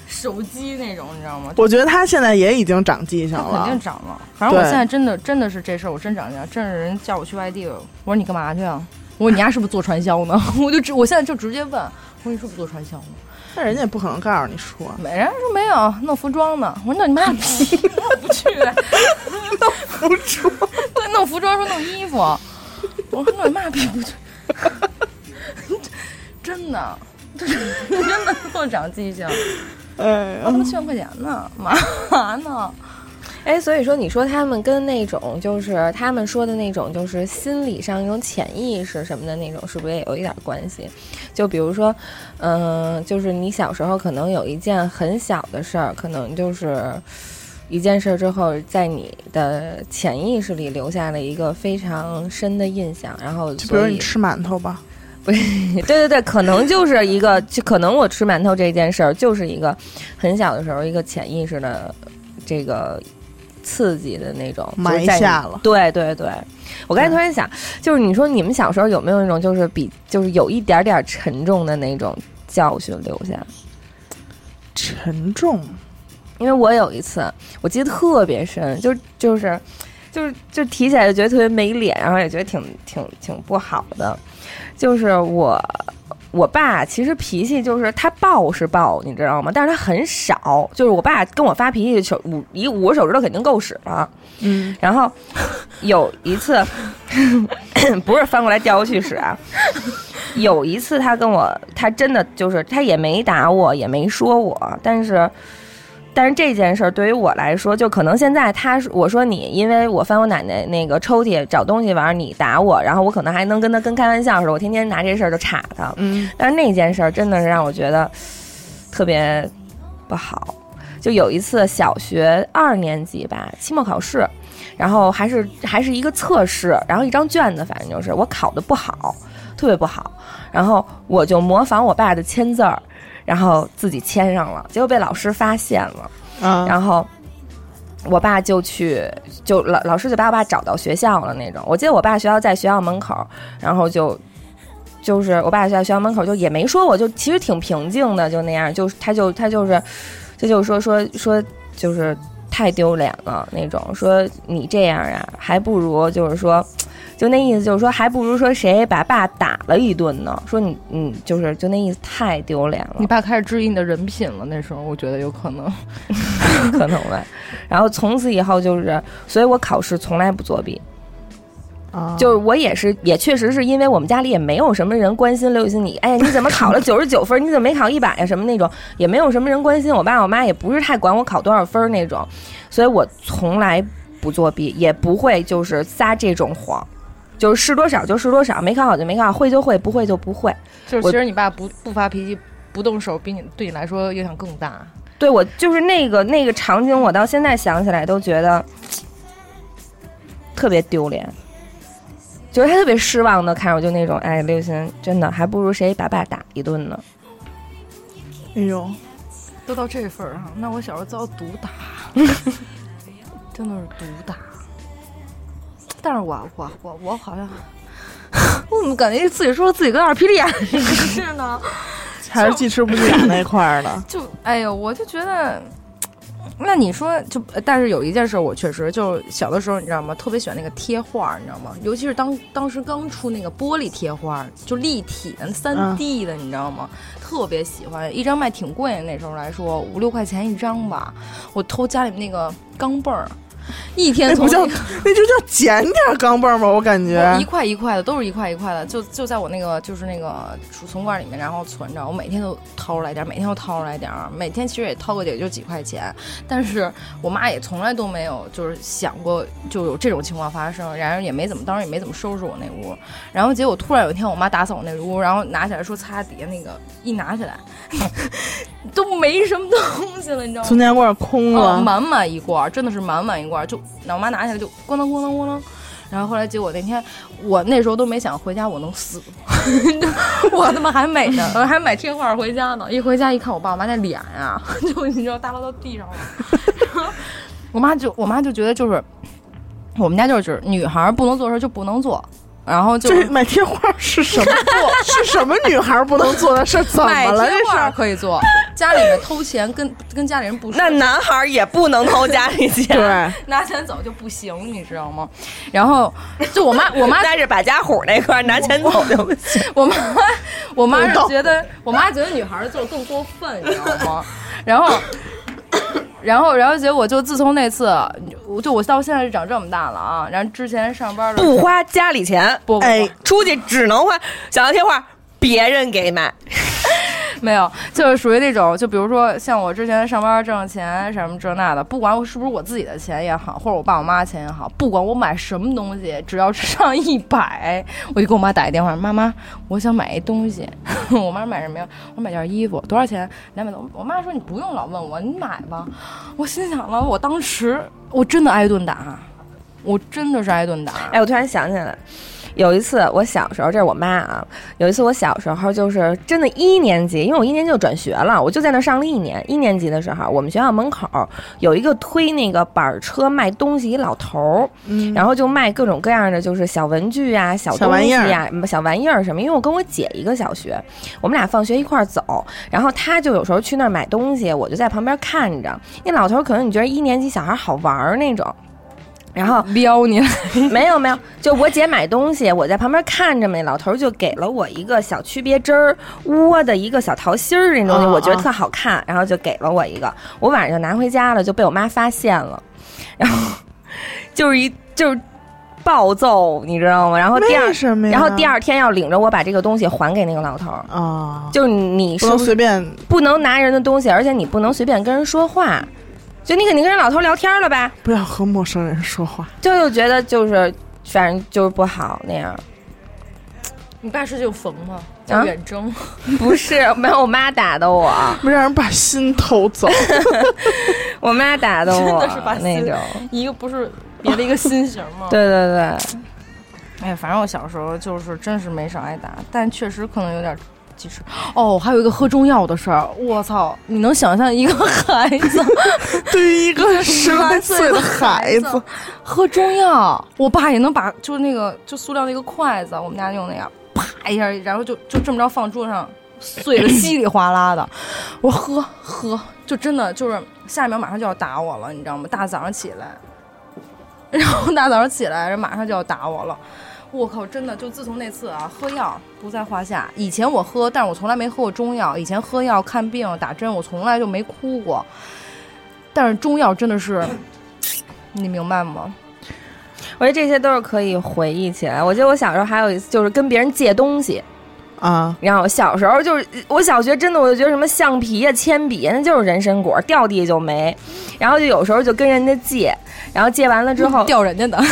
手机那种，你知道吗？
我觉得他现在也已经长记性
他肯定
了，
长了。反正我
对
现在真的真的是这事儿，我真长记了。真是人叫我去外地，我说你干嘛去啊？我说你丫是不是做传销呢？ *laughs* 我就直我现在就直接问，我说你是不是做传销呢？
但人家也不可能告诉你说。
没人家说没有弄服装呢。我说弄你妈逼，我不去。弄服装，对，弄服装说弄衣服，我说弄你妈逼不去。真的，真的够长记性，
哎
他
呀，
妈七万块钱呢，嘛呢？
哎，所以说你说他们跟那种就是他们说的那种就是心理上一种潜意识什么的那种，是不是也有一点关系？就比如说，嗯、就是你小时候可能有一件很小的事儿，可能就是一件事儿之后，在你的潜意识里留下了一个非常深的印象，然后
就比如
所以
你吃馒头吧，
对对对，可能就是一个，就可能我吃馒头这件事儿，就是一个很小的时候一个潜意识的这个刺激的那种
埋
就是在你
下了
对对对，我刚才突然想，就是你说你们小时候有没有那种就是比就是有一点点沉重的那种教训留下？
沉重。
因为我有一次，我记得特别深，就就是就是就提起来就觉得特别没脸，然后也觉得挺挺挺不好的。就是我我爸其实脾气就是他暴是暴，你知道吗？但是他很少，就是我爸跟我发脾气，手五一五个手指头肯定够使了。
嗯，
然后有一次， *laughs* 不是翻过来调过去使啊。有一次他跟我，他真的就是他也没打我，也没说我，但是。但是这件事儿对于我来说，就可能现在他说我说你，因为我翻我奶奶那个抽屉找东西玩儿，你打我，然后我可能还能跟他跟开玩笑似的，我天天拿这事儿就插他。
嗯，
但是那件事儿真的是让我觉得特别不好。就有一次小学二年级吧，期末考试，然后还是还是一个测试，然后一张卷子，反正就是我考的不好，特别不好，然后我就模仿我爸的签字儿，然后自己签上了，结果被老师发现了。
啊，
然后我爸就去，就老老师就把我爸找到学校了那种。我记得我爸学校在学校门口，然后就就是我爸在学校门口就也没说我，就其实挺平静的，就那样，就他就他就是他就说说说就是太丢脸了那种，说你这样啊，还不如就是说。就那意思就是说，还不如说谁把爸打了一顿呢。说你你就是就那意思太丢脸了
你，爸开始质疑你的人品了，那时候我觉得有可能。
*laughs* 可能吧。然后从此以后就是，所以我考试从来不作弊。
啊，
就是我也是，也确实是因为我们家里也没有什么人关心刘雨欣，你哎，你怎么考了九十九分？你怎么没考一百呀？什么那种，也没有什么人关心。我爸我妈也不是太管我考多少分那种，所以我从来不作弊，也不会就是撒这种谎，就是是多少就是多少，没考好就没考好，会就会，不会就不会。
就是
我
其实你爸不不发脾气、不动手，比你对你来说影响更大。
对我就是那个那个场景，我到现在想起来都觉得特别丢脸，就是他特别失望的看着我，就那种哎，刘雨欣真的还不如谁把爸打一顿呢。
哎呦，
都到这份儿上，那我小时候遭毒打，真的是毒打。但是我我我我好像， *laughs* 我怎么感觉自己说自己跟二皮脸似的呢？
还是记吃不记打那块儿的
就哎呦，我就觉得，那你说就，但是有一件事我确实就小的时候，你知道吗？特别喜欢那个贴画儿，你知道吗？尤其是当当时刚出那个玻璃贴画儿，就立体的、
嗯
三 D 的，你知道吗？特别喜欢，一张卖挺贵的，那时候来说五六块钱一张吧。我偷家里那个钢镚儿，一天
那
从
哎不叫
那个
那就叫捡点儿钢镚儿吧，我感觉
一块一块的，都是一块一块的，就就在我那个就是那个储存罐里面，然后存着。我每天都掏出来点儿，每天都掏出来点儿，每天其实也掏个也就几块钱，但是我妈也从来都没有就是想过就有这种情况发生，然而也没怎么，当时也没怎么收拾我那屋。然后结果突然有一天，我妈打扫我那屋，然后拿起来说擦底下那个，一拿起来 *laughs* 都没什么东西了，你知道吗
存？钱罐空
哦，
了，
满满一罐儿，真的是满满一罐儿，就那我妈拿起来就咣当咣当咣当。然后后来结果那天，我那时候都没想回家我能死， *laughs* 我他妈还美呢， *laughs* 我还买贴画回家呢。一回家一看我爸我妈那脸啊， *laughs* 就你知道耷拉到地上了。然后 *laughs* 我妈就我妈就觉得就是，我们家就是女孩儿不能做的事儿就不能做，然后就
这买贴画是什么？是什么女孩不能做的事儿？怎
买
么了？
贴
这
画儿
是
可以做，家里面偷钱跟跟家里人不说
那男孩也不能偷家里钱，
对，
*laughs* 拿钱走就不行，你知道吗？然后就我妈，我妈，
但是把家虎那块儿拿钱走就不行。
我妈，我妈是
懂
觉得，我妈觉得女孩儿就是更过分，你知道吗？然后。然后，然后结果就自从那次，我就我到现在是长这么大了啊。然后之前上班的时
*laughs*
候
不花家里钱，
不不不、
哎
出去只能花想要贴画，别人给买。
没有，就是属于那种，就比如说像我之前上班挣钱什么这那的，不管我是不是我自己的钱也好，或者我爸我妈的钱也好，不管我买什么东西，只要上一百，我就给我妈打一电话，妈妈，我想买一东西。 *laughs* 我妈说买什么呀？我说买件衣服，多少钱？两百多。我妈说你不用老问我，你买吧。我心想了，我当时我真的挨顿打，我真的是挨顿打。
哎，我突然想起来，有一次我小时候，这是我妈啊。有一次我小时候就是真的一年级，因为我一年级就转学了，我就在那上了一年。一年级的时候，我们学校门口有一个推那个板儿车卖东西一老头儿，
嗯
然后就卖各种各样的就是小文具啊、小
小
东
玩
西
意儿
啊、嗯小玩意儿什么。因为我跟我姐一个小学，我们俩放学一块儿走，然后她就有时候去那儿买东西，我就在旁边看着。那老头儿可能你觉得一年级小孩好玩儿那种，然后
*laughs* 撩你，
*laughs* 没有没有，就我姐买东西，我在旁边看着嘛，那老头儿就给了我一个小区别针儿窝的一个小桃心儿那东西，
啊
我觉得
啊
特好看，然后就给了我一个，我晚上就拿回家了，就被我妈发现了，然后就是一就是暴揍，你知道吗？然后第二
为，什么呀？
然后第二天要领着我把这个东西还给那个老头儿，
啊，
就是你
不
是
能
不是
随便
不能拿人的东西，而且你不能随便跟人说话，就你肯定跟人老头儿聊天儿了吧？
不要和陌生人说话。
就就觉得就是反正就是不好那样。
你爸是就缝吗？
啊
叫远征。
不是，没有我妈打的
*laughs*
我，
没让人把心偷走，
我妈打的我，
真的是把哦
那
心
种。
一个不是别的一个心形吗？
对对对，
哎，反正我小时候就是真是没少挨打，但确实可能有点记事。哦，还有一个喝中药的事儿，我操！你能想象一个 *laughs* 孩子
对于一个十来岁的孩子，
喝中药？我爸也能把就是那个就塑料那个筷子，我们家用那样，啪一下，然后就就这么着放桌上，碎的稀里哗啦的。我喝喝，就真的就是下一秒马上就要打我了，你知道吗？大早上起来，然后大早上起来，然后马上就要打我了。我靠，真的就自从那次啊，喝药不在话下。以前我喝，但是我从来没喝过中药。以前喝药、看病、打针，我从来就没哭过。但是中药真的是， *clears throat* 你明白吗？
我觉得这些都是可以回忆起来。我记得我小时候还有一次，就是跟别人借东西。
啊，
然后小时候就是我小学真的我就觉得什么橡皮呀、铅笔呀，啊那就是人参果，掉地就没。然后就有时候就跟人家借，然后借完了之后
掉人家的，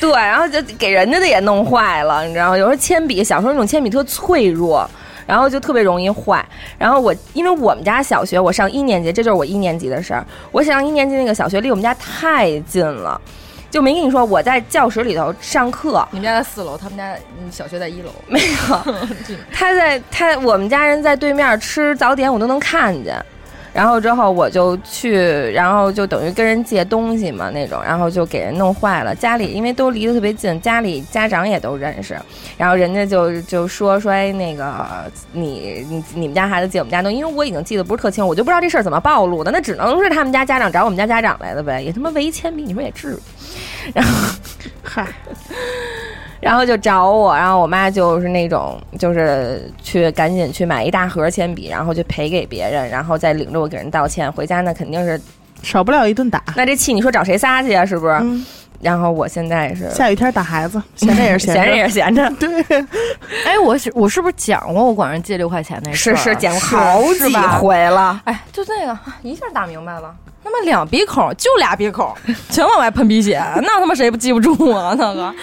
对，然后就给人家的也弄坏了，你知道吗？有时候铅笔，小时候那种铅笔特脆弱，然后就特别容易坏。然后我因为我们家小学，我上一年级，这就是我一年级的事儿。我上一年级那个小学离我们家太近了。就没跟你说，我在教室里头上课。
*laughs* 你们家在四楼，他们家嗯小学在一楼。
没有，他在他我们家人在对面吃早点，我都能看见。然后之后我就去，然后就等于跟人借东西嘛那种，然后就给人弄坏了。家里因为都离得特别近，家里家长也都认识，然后人家就就说说哎那个你你你们家孩子借我们家东西，因为我已经记得不是特清，我就不知道这事儿怎么暴露的，那只能是他们家家长找我们家家长来的呗，也他妈一铅笔，你说也至于？然后，
嗨，
然后就找我，然后我妈就是那种，就是去赶紧去买一大盒铅笔，然后就赔给别人，然后再领着我给人道歉。回家那肯定是，
少不了一顿打。
那这气你说找谁撒去啊？是不是？
嗯
然后我现在是
下雨天打孩子，闲着也是
*laughs* 闲着也
是。
是闲着，
对，
*laughs* 哎，我是我是不是讲过我管人借六块钱那事
是
儿？
是捡过好
是
几
吧
回了。
哎，就那个一下打明白了。他妈两鼻孔就俩鼻孔， *laughs* 全往外喷鼻血， *laughs* 那他妈谁不记不住啊？ *laughs* 那个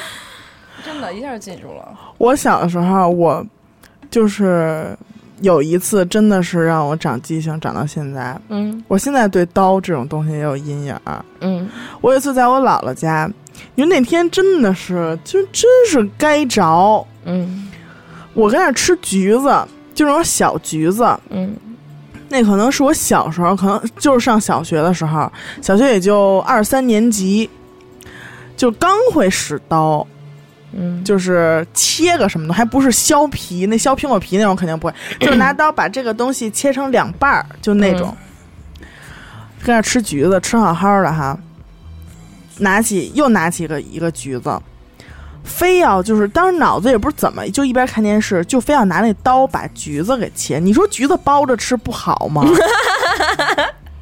真的，一下就记住了。
我小的时候，啊我就是有一次真的是让我长记性，长到现在。
嗯
我现在对刀这种东西也有阴影儿。
嗯，
我有一次在我姥姥家，你说那天真的是，就真是该着。
嗯
我跟那儿吃橘子，就那种小橘子，
嗯
那可能是我小时候，可能就是上小学的时候，小学也就二三年级，就刚会使刀，
嗯，
就是切个什么的，还不是削皮，那削苹果皮那种肯定不会，就是拿刀把这个东西切成两半儿，就那种。跟那吃橘子，吃好好的哈，拿起又拿起个一个橘子，非要就是当时脑子也不知道怎么，就一边看电视，就非要拿那刀把橘子给切。你说橘子剥着吃不好吗？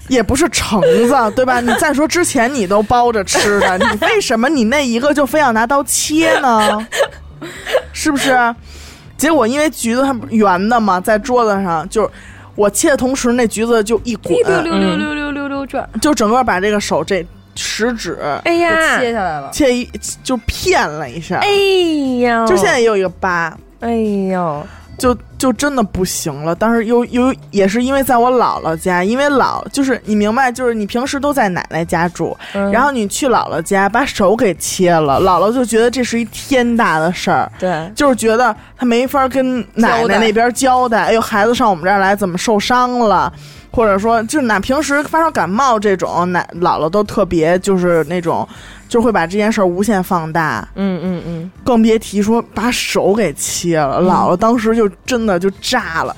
也不是橙子，对吧？你再说之前你都包着吃的，你为什么你那一个就非要拿刀切呢？是不是？结果因为橘子它不是圆的嘛，在桌子上，就是我切的同时，那橘子就一滚，
溜
嗯
溜溜溜溜溜转，
就整个把这个手这食指
哎
给
呀，
切下来了。
切一就片了一下，
哎呦，
就现在也有一个疤，
哎呦，
就就真的不行了。当时又又也是因为在我姥姥家，因为姥就是你明白，就是你平时都在奶奶家住，
嗯
然后你去姥姥家把手给切了，姥姥就觉得这是一天大的事儿。
对，
就是觉得他没法跟奶奶
交代
那边交代，哎呦，孩子上我们这儿来怎么受伤了，或者说就是哪平时发烧感冒这种，奶姥姥都特别就是那种，就会把这件事儿无限放大，
嗯嗯嗯，
更别提说把手给切了。
嗯
姥姥当时就真的就炸了，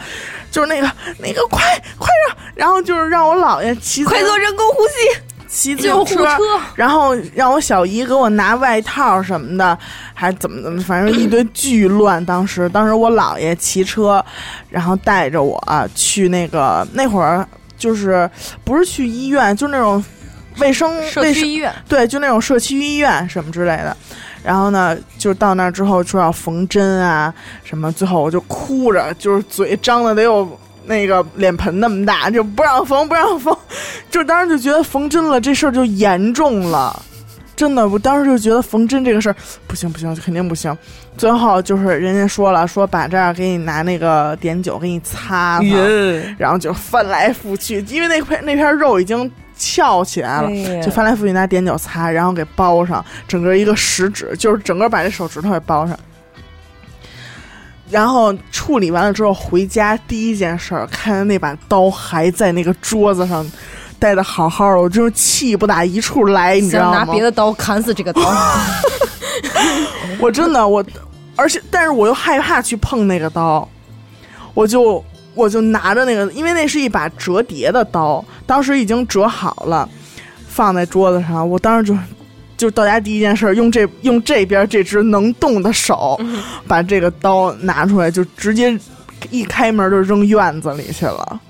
就是那个那个快快让，然后就是让我姥爷骑自
快做人工呼吸，
骑自
救
行
护车，
然后让我小姨给我拿外套什么的，还怎么怎么，反正一
*clears throat*
堆巨乱。当时，当时我姥爷骑车，然后带着我、啊去那个那会儿就是不是去医院，就那种卫生
社
卫
区
生
医院
对，就那种社区医院什么之类的。然后呢，就到那儿之后说要缝针啊什么，最后我就哭着，就是嘴张的得有那个脸盆那么大，就不让缝，不让缝， *laughs* 就当时就觉得缝针了这事儿就严重了。真的，我当时就觉得缝针这个事儿不行不行，肯定不行。最后就是人家说了，说把这儿给你拿那个碘酒给你擦擦，
嗯
然后就翻来覆去，因为那块那片肉已经翘起来了，
哎呀
就翻来覆去拿碘酒擦，然后给包上，整个一个食指，就是整个把这手指头给包上。然后处理完了之后回家，第一件事儿看见那把刀还在那个桌子上待的好好的，我就是气不打一处来，你知道
想拿
吗？
别的刀砍死这个刀，
我真的我，而且但是我又害怕去碰那个刀，我就我就拿着那个，因为那是一把折叠的刀，当时已经折好了，放在桌子上，我当时就。就是到家第一件事儿，用这用这边这只能动的手，
嗯
把这个刀拿出来，就直接一开门就扔院子里去
*laughs*
了，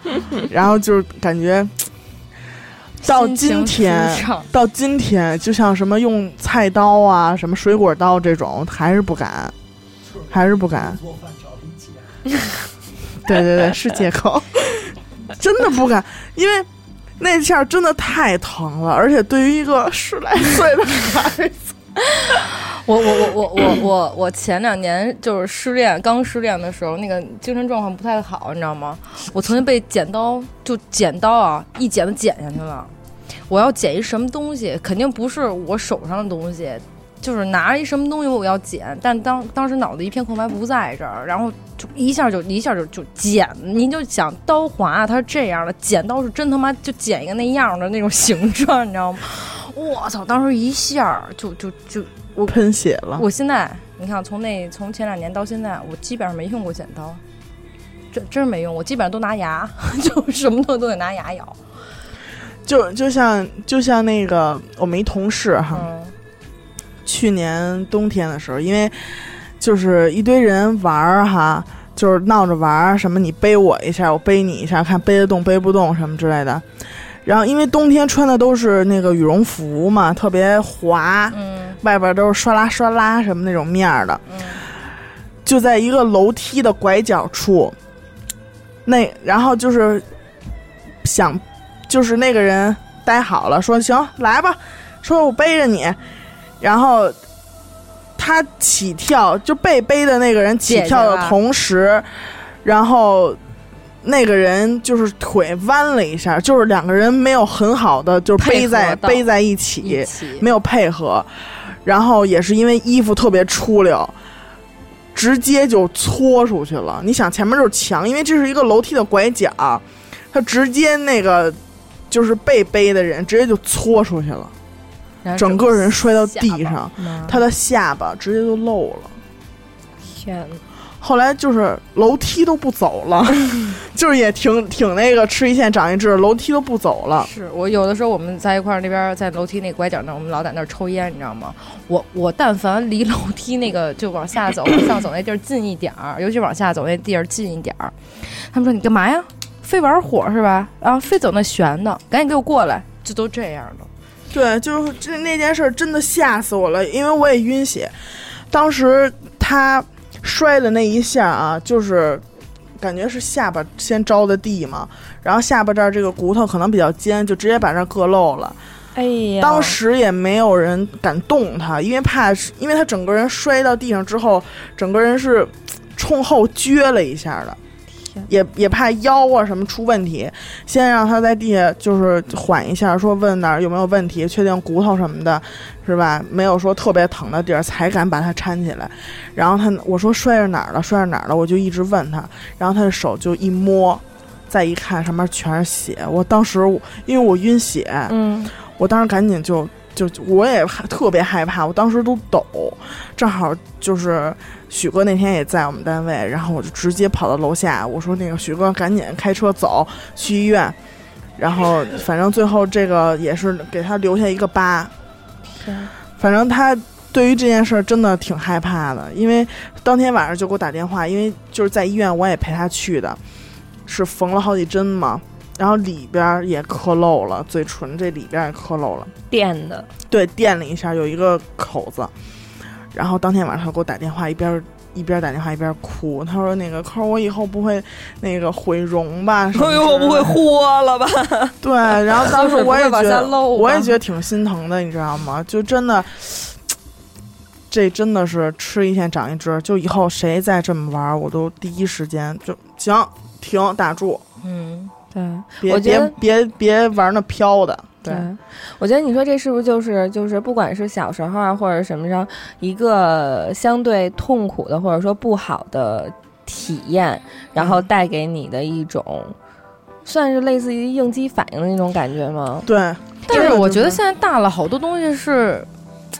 然后就是感觉。到今
心情
天
舒畅，
到今天，就像什么用菜刀啊、什么水果刀这种，还是不敢，还是不敢。对对对，是借口， *laughs* 真的不敢，因为那下儿真的太疼了，而且对于一个十来岁的孩子，
我我我我我我我前两年就是失恋，刚失恋的时候，那个精神状况不太好，你知道吗？我曾经被剪刀就剪刀啊，一剪子剪下去了。我要剪一什么东西，肯定不是我手上的东西，就是拿着一什么东西我要剪，但当当时脑子一片空白不在这儿，然后就一下就一下就就剪，您就想刀划啊它是这样的，剪刀是真他妈就剪一个那样的那种形状，你知道吗？我操！当时一下就就就
我喷血了。
我现在，你看，从那从前两年到现在，我基本上没用过剪刀，真真是没用，我基本上都拿牙， *laughs* 就什么东西都得拿牙咬。
就就像就像那个我们一同事哈，
嗯，
去年冬天的时候，因为就是一堆人玩儿哈，就是闹着玩儿，什么你背我一下，我背你一下，看背得动背不动什么之类的。然后因为冬天穿的都是那个羽绒服嘛，特别滑，
嗯，
外边都是刷啦刷啦什么那种面儿的，
嗯
就在一个楼梯的拐角处，那然后就是想，就是那个人待好了，说行来吧，说我背着你，然后他起跳，就被背的那个人起
姐姐
跳的
吧
同时，然后。那个人就是腿弯了一下，就是两个人没有很好的就是
配
背
合
在
到
背在一起，
一起
没有配合，然后也是因为衣服特别出溜，直接就搓出去了。你想前面就是墙，因为这是一个楼梯的拐角，他直接那个就是被背的人直接就搓出去了，
然后
整个人摔到地
下
上，
巴。妈
他的下巴直接就露了。
天哪，
后来就是楼梯都不走
*laughs*
了，就是也挺挺那个吃一堑长一智，楼梯都不走了。
是我有的时候我们在一块儿那边儿在楼梯那拐角那儿，我们老在那儿抽烟，你知道吗？我我但凡离楼梯那个就往下走，往上走那地儿近一点儿，尤其往下走那地儿近一点儿，他们说你干嘛呀？非玩火是吧？啊，非走那悬的，赶紧给我过来！就都这样的，
对，就是这那件事儿真的吓死我了，因为我也晕血。当时他摔的那一下啊，就是感觉是下巴先着的地嘛，然后下巴这儿这个骨头可能比较尖，就直接把这儿硌漏了。
哎呀
当时也没有人敢动他，因为怕是，因为他整个人摔到地上之后，整个人是冲后撅了一下的，也也怕腰啊什么出问题，先让他在地下就是缓一下，说问哪儿有没有问题，确定骨头什么的，是吧？没有说特别疼的地儿，才敢把他搀起来。然后他我说摔着哪儿了，摔着哪儿了，我就一直问他，然后他的手就一摸。再一看，上面全是血。我当时我因为我晕血，
嗯，
我当时赶紧就就我也害特别害怕，我当时都抖，正好就是许哥那天也在我们单位，然后我就直接跑到楼下，我说那个许哥赶紧开车走去医院，然后反正最后这个也是给他留下一个疤，反正他。对于这件事儿真的挺害怕的，因为当天晚上就给我打电话，因为就是在医院我也陪他去的，是缝了好几针嘛，然后里边儿也磕漏了，嘴唇这里边儿也磕漏了，
电的，
对，垫了一下，有一个口子。然后当天晚上他给我打电话，一边儿一边儿打电话一边儿哭，他说：“那个抠儿，我以后不会那个毁容吧？”
*laughs*
什么
哎
之
呦，
类
我不会
的
豁了吧？
对，然后当时我也
不会
觉
往下
得，
漏吧
我也觉得挺心疼的，你知道吗？就真的，这真的是吃一堑长一智。就以后谁再这么玩儿，我都第一时间就行，停，打住，
嗯，
对。
别
我觉
别别
得
别玩那飘的。对
对，我觉得你说这是不是就是就是，不管是小时候啊，或者什么上，一个相对痛苦的或者说不好的体验，然后带给你的一种，算是类似于应激反应的那种感觉吗？
对，
但
这
是
个
嗯
我
就
觉得现在大了，好多东西是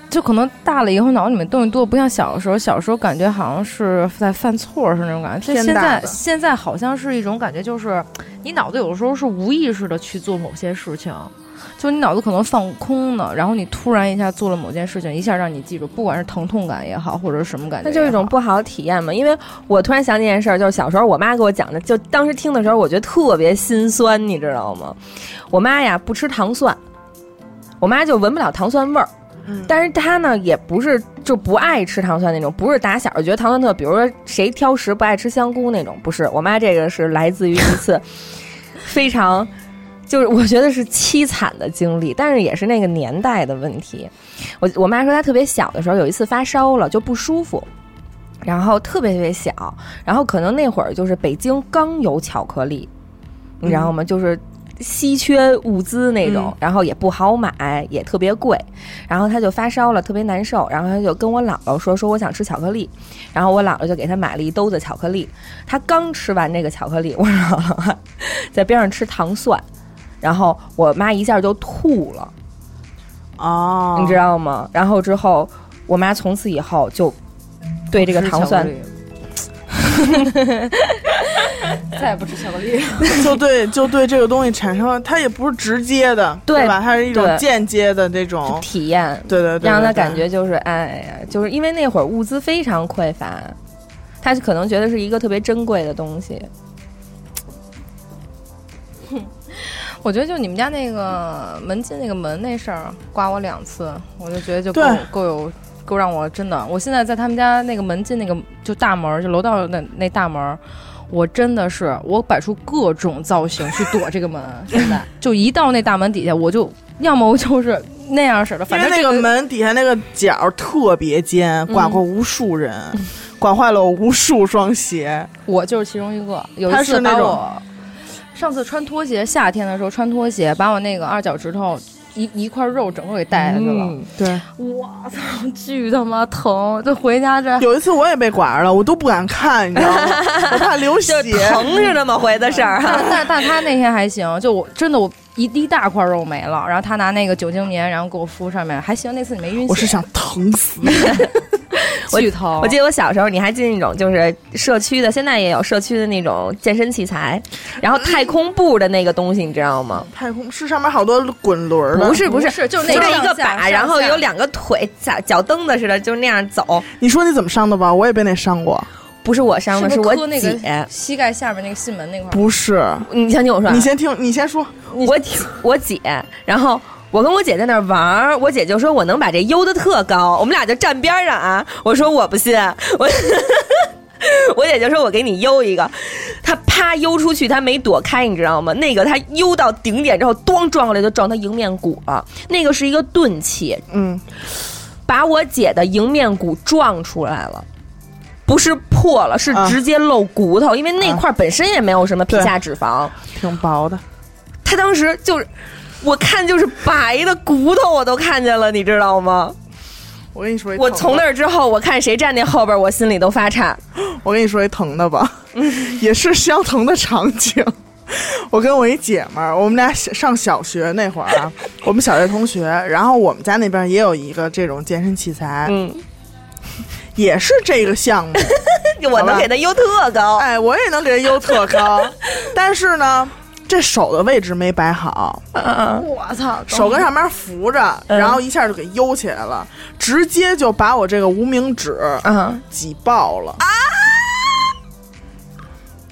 就可能大了以后脑子里面东西多，不像小的时候，小时候感觉好像是在犯错似的那种感觉。这
天
现
大
在
的
现在好像是一种感觉，就是你脑子有的时候是无意识的去做某些事情，
就你脑子可能放空呢，然后你突然一下做了某件事情，一下让你记住，不管是疼痛感也好，或者是什么感觉
那
也好，
就是一种不好的体验嘛。因为我突然想起一件事儿，就是小时候我妈给我讲的，就当时听的时候，我觉得特别心酸，你知道吗？我妈呀不吃糖蒜，我妈就闻不了糖蒜味儿。
嗯
但是她呢，也不是就不爱吃糖蒜那种，不是打小就觉得糖蒜特，比如说谁挑食不爱吃香菇那种，不是。我妈这个是来自于一次非常，就是我觉得是凄惨的经历，但是也是那个年代的问题。我我妈说她特别小的时候有一次发烧了就不舒服，然后特别特别小，然后可能那会儿就是北京刚有巧克力，你知道吗？就是。稀缺物资那种，然后也不好买，也特别贵，然后她就发烧了，特别难受，然后她就跟我姥姥说说我想吃巧克力，然后我姥姥就给她买了一兜子巧克力，她刚吃完这个巧克力，我姥姥 *laughs* 还在边上吃糖蒜，然后我妈一下就吐了，
哦，
你知道吗？然后之后，我妈从此以后就对这个糖蒜， *laughs*
*laughs* 再也不吃巧克力。
就对就对这个东西产生了，它也不是直接的，
对
吧？它是一
对
种间接的这
就
种，
体验，
对对对，
让她
对
感觉就是哎呀，就是因为那会儿物资非常匮乏，她可能觉得是一个特别珍贵的东西。
我觉得就你们家那个门禁那个门那事儿，刮我两次，我就觉得就够
对
够有够让我真的，我现在在他们家那个门禁那个就大门儿，就楼道那那大门儿。我真的是，我摆出各种造型去躲这
*laughs*
个门。现在就一到那大门底下，我就要么我就是那样式的，
因
反
为那
正这
个门底下那个角儿特别尖，
嗯
刮过无数人，刮坏了我无数双
*laughs*
鞋。
我就是其中一个。有
他
一
是
次
那
把
种
我上次穿拖鞋，夏天的时候穿拖鞋，把我那个二脚趾头一一块肉整个给带下去了。
对，
我操，巨他妈疼！这回家这
有一次我也被刮着了，我都不敢看，你知道吗？我怕
*laughs*
流血。
疼是那么回的事儿啊哈。
但但但他那天还行，就我真的我一一大块肉没了，然后他拿那个酒精棉，然后给我敷上面，还行。那次你没晕血，
我是想疼死你，
*laughs*
巨疼。
我记得我小时候，你还进那种就是社区的，现在也有社区的那种健身器材，然后太空步的那个东西，你知道吗？
太空是上面好多滚轮儿的。
不是不
不
是，
是，就是那
扶着一个
上下
把，然后
上下
有两个腿，脚脚蹬子似的，就是那样走。
你说你怎么伤的吧？我也被那伤
哦
过。
不是我伤的，
是不
我
是磕那
姐。
个膝盖下面那个囟门那块儿。
不是，
你先听我说啊，
你先听，你先说。
我姐我姐，然后。我跟我姐在那儿玩儿，我姐就说我能把这悠的特高，我们俩就站边儿上啊。我说我不信，我 *laughs* 我姐就说我给你悠一个，她啪悠出去，她没躲开，你知道吗？那个她悠到顶点之后，咣撞过来就撞她迎面骨了。那个是一个钝器，
嗯，
把我姐的迎面骨撞出来了。不是破了，是
啊
直接露骨头，因为那
啊
块儿本身也没有什么皮
对
下脂肪。
挺薄的。
他当时就是，我看就是白的骨头我都看见了，你知道吗？
我跟你说一疼
我
的，
从那儿之后，我看谁站那后边，我心里都发 *laughs* 颤。
我跟你说一疼的吧， *laughs* 也是相同的场景。 *laughs* 我跟我一姐们儿，我们俩小上小学那会
*laughs*
儿啊，我们小学同学，然后我们家那边也有一个这种健身器材，
嗯，
也是这个项
*laughs*
目，
我能给他悠特高，
哎，我也能给人悠特高，但是呢，这手的位置没摆好，
我操！
手跟上面扶着，然后一下就给悠起来了，直接就把我这个无名指
嗯，
挤爆了啊！ *laughs*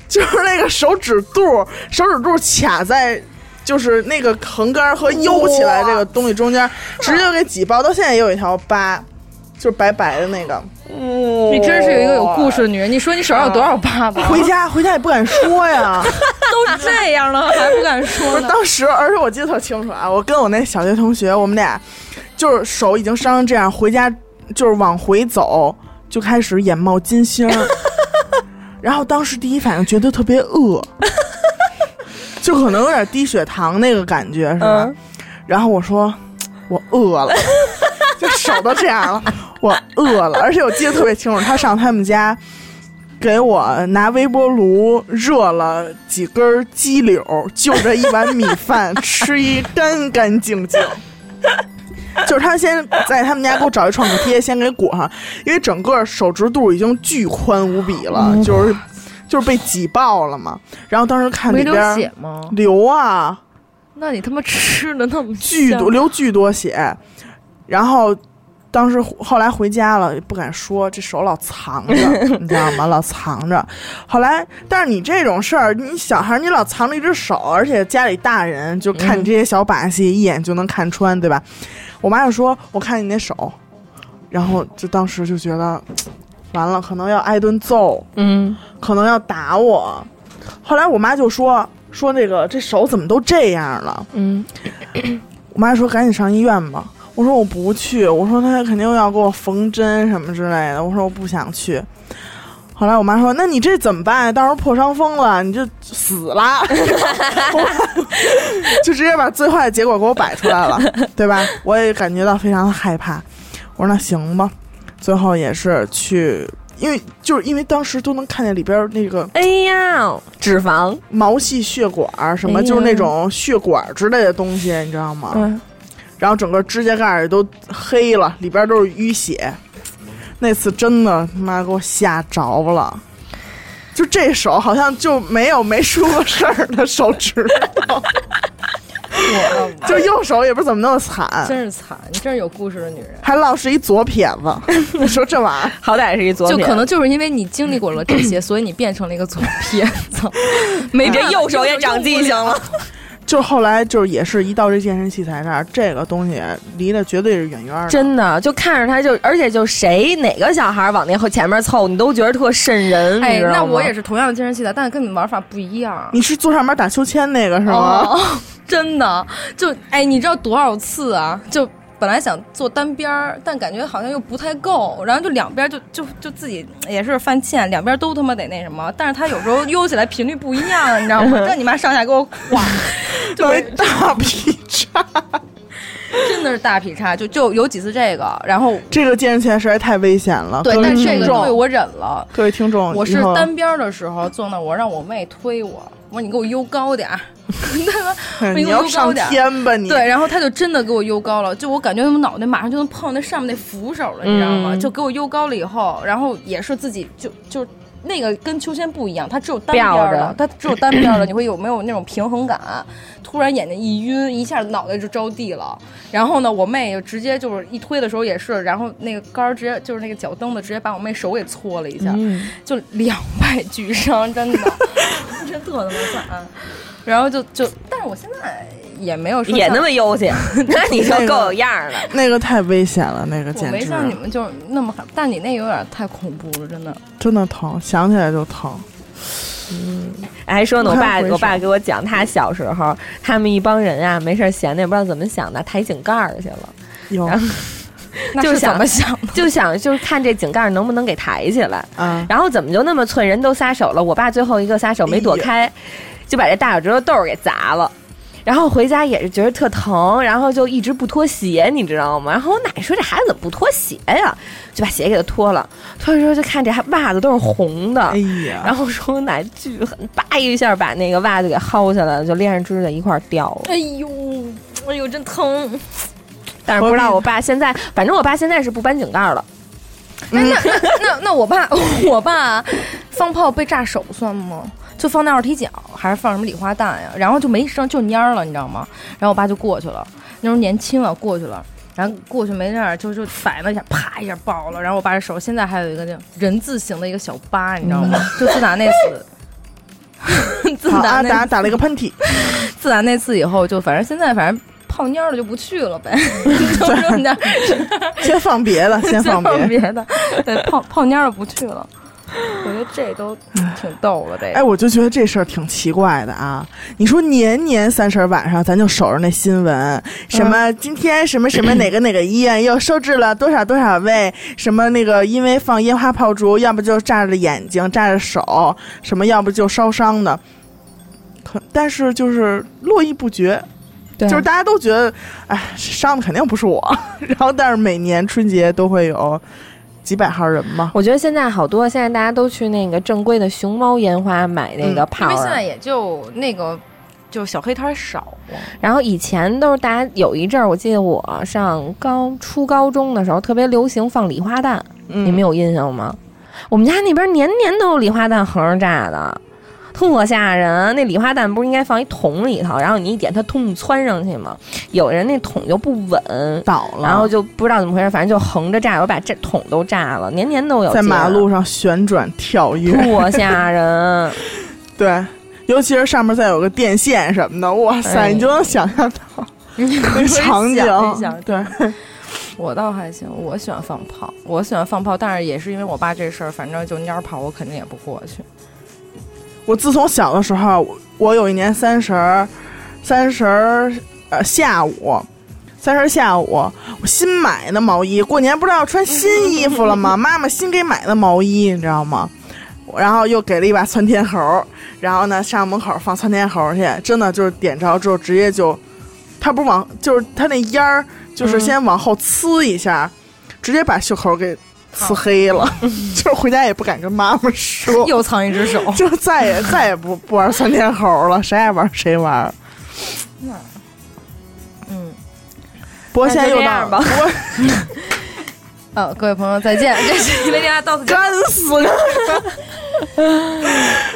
就是那个手指肚，手指肚卡在。就是那个横杆和悠起来这个东西中间，直接就给挤爆，到现在也有一条疤，就是白白的那个。
你真是有一个有故事的女人。你说你手上有多少疤吧？
回家回家也不敢说 *laughs* 呀，
都这样了，还不敢说呢。
当时，而且我记得特清楚啊，我跟我那小学同学，我们俩就是手已经伤成这样，回家就是往回走，就开始眼冒金星儿。然后当时第一反应觉得特别饿， *laughs* 就可能有点低血糖那个感觉是吧？
嗯
然后我说我饿了， *laughs* 就手都这样了，我饿了。而且我记得特别清楚，他上他们家。给我拿微波炉热了几根鸡柳，就着一碗米饭吃一干干净净。就是他先在他们家给我找一创可贴，先给裹上，因为整个手指肚已经巨宽无比了，
嗯
就是就是被挤爆了嘛。然后当时看
没
里
流
边
血吗？
流啊，
那你他妈吃的那么
巨
香
多流巨多血，然后当时后来回家了，也不敢说，这手老藏着，你知道吗？老藏着。后来，但是你这种事儿，你小孩儿你老藏着一只手，而且家里大人就看你这些小把戏，一眼就能看穿，对吧？我妈就说：“我看你那手。”然后就当时就觉得，完了，可能要挨顿揍，
嗯，
可能要打我。后来我妈就说：“说那个这手怎么都这样了？”
嗯，
我妈说赶紧上医院吧。我说我不去，我说她肯定要给我缝针什么之类的，我说我不想去。后来我妈说：“那你这怎么办呀？到时候破伤风了，你就死了。” *laughs* 我妈就直接把最坏的结果给我摆出来了，对吧？我也感觉到非常的害怕。我说那行吧，最后也是去，因为就是因为当时都能看见里边儿那个
哎呀，脂肪，
毛细血管儿什
哎
么，
呀
就是那种血管儿之类的东西，你知道吗？
嗯
然后整个指甲盖儿也都黑了，里边都是淤血。那次真的他妈给我吓着了，就这手好像就没有没出过事儿的手指头，就右手也不知道怎么那么惨，
真是惨，你真是有故事的女人。
还老是一左撇子。你说这玩意儿，
好歹是一左
就
撇，
可能就是因为你经历过了这 *clears throat* 些，所以你变成了一个左撇子。没
你
办
这
法
右手也长记性了。
就是后来就是也是一到这健身器材这儿，这个东西离得绝对是远远的。
*laughs* 真的，就看着他就，而且就谁哪个小孩往那后前面凑，你都觉得特瘆人。
哎，
你知道
那
吗
我也是同样的健身器材，但跟你玩法不一样。
你是坐上面打秋千那个是吗？ *laughs*
哦，真的，就哎，你知道多少次啊？就本来想做单边儿，但感觉好像又不太够，然后就两边儿就就就自己也是犯欠，两边儿都他妈得那什么，但是他有时候悠起来频率不一样，你知道吗？让你妈上下给我晃，就
作为大劈
*laughs*
叉，
真的是大劈叉，就就有几次这个，然后
这个健身器材实在太危险了。
对
各，位
但是这
听
个
众
东西我忍了。
各位听众，
我
以
是
哦后
单边儿的时候坐那儿，我让我妹推我，我说你给我悠高点儿， *laughs*
哎 *laughs*
你
你
给
要
我悠高
上
点儿
天吧你？
对，然后他就真的给我悠高了，就我感觉我脑袋马上就能碰那上面那扶手了，你知道吗？
嗯
就给我悠高了以后，然后也是自己就就那个跟秋千不一样，它只有单边
吊
儿的
着，
它只有单边儿的，你会有没有那种平衡感？突然眼睛一晕，一下脑袋就着地了。然后呢，我妹就直接就是一推的时候也是，然后那个杆儿直接就是那个脚蹬子直接把我妹手给搓了一下，就两败俱伤，
*laughs*
真的，真特他妈
啊
惨。然后就就，但是我现在也没有说
也
像
那么悠闲， *laughs* 那你就够有样儿了。
那个太危险了，那个
我
啊
简
没
直
像你们就是那么害，但你那有点太恐怖了，真的。
真的疼，想起来就疼。
还说呢，我
不堪
爸
*laughs* 回首
我爸给我讲，他小时候他们一帮人啊，没事儿闲的也不知道怎么想的，抬井盖儿去了， *laughs*
*laughs*
有
然后
那
就是是想
怎
*laughs*
么想的？
就想就是看这井盖儿能不能给抬起来。
啊，
然后怎么就那么寸，人都撒手了，我爸最后一个撒手没
哎
躲开，就把这大脚趾头豆儿给砸了。然后回家也是觉得特疼，然后就一直不脱鞋，你知道吗？然后我奶奶说这孩子怎么不脱鞋呀？就把鞋给他脱了，脱了之后就看这还袜子都是红的，
哎呀，
然后说我奶巨狠，叭一下把那个袜子给薅下来了，就连着指甲一块儿掉了。
哎呦，哎呦，真疼！
但是不知道我爸现在，反正我爸现在是不搬井盖了。
嗯
那那我爸， *laughs* 我爸放炮被炸手算吗？就放那二踢脚，还是放什么礼花弹呀？然后就没声，就蔫儿了，你知道吗？然后我爸就过去了，那时候年轻啊，过去了。然后过去没事儿，就就反了一下，啪一下爆了。然后我爸这手现在还有一个那种人字形的一个小疤，你知道吗？就自打那
*laughs*
次，自
嗯好，
打
阿
那
达打了一个
*laughs*
喷嚏，
自打那次以后，就反正现在反正泡妞了就不去了
*laughs*
呗，就这么点儿，
先放别的，先放
别
别。
的， *laughs* 对泡泡妞了不去了。我觉得这都挺逗的，这
哎，
个
我就觉得这事儿挺奇怪的啊！你说年年三十晚上，咱就守着那新闻，什
嗯
么今天什么什么哪个哪个医院又收治了多少多少位，什么那个因为放烟花炮竹，要不就炸着眼睛、炸着手，什么要不就烧伤的，可但是就是络绎不绝，
对
就是大家都觉得，哎，伤的肯定不是我。然后，但是每年春节都会有几百号人嘛。
我觉得现在好多，现在大家都去那个正规的熊猫烟花买那个
嗯
炮
因为
儿
现
啊、
在也就那个
就小黑摊少
*laughs*
啊。
然后以前都是大家有一阵儿，我记得我上高初高中的时候特别流行放礼花弹，你
你
们有印象吗？我们家那边年年都有礼花弹横着炸的，特吓人。那礼花弹不是应该放一桶里头，然后你一点它通窜上去吗？有人那桶就不稳。
倒了，
然后就不知道怎么回事，反正就横着炸，我把这桶都炸了，年年都有。啊
在马路上旋转跳跃，
特吓 *laughs* 人，
对，尤其是上面再有个电线什么的，哇塞，
哎
你就能想象到那场景
想一想，
对，
我倒还行，我喜欢放炮，我喜欢放炮，但是也是因为我爸这事儿，反正就蔫儿炮，我肯定也不过去。
我自从小的时候，我我有一年三十儿，三十儿呃下午，三十儿下午，我新买的毛衣，过年不是要穿新衣服了吗？ *laughs* 妈妈新给买的毛衣，你知道吗？我然后又给了一把窜天猴儿，然后呢上门口放窜天猴儿去，真的就是点着之后直接就，它不是往就是它那烟儿就是先往后呲一下，直接把袖口给呲黑了， *laughs* 就是回家也不敢跟妈妈说。
又藏一只手，
*laughs* 就再也再也不不玩窜天猴了，谁爱玩谁玩。
嗯，
不过现在又
那就这
到
样吧
不过
呃、各位朋友再见， *laughs* 这期为大家到此结束。
干死了，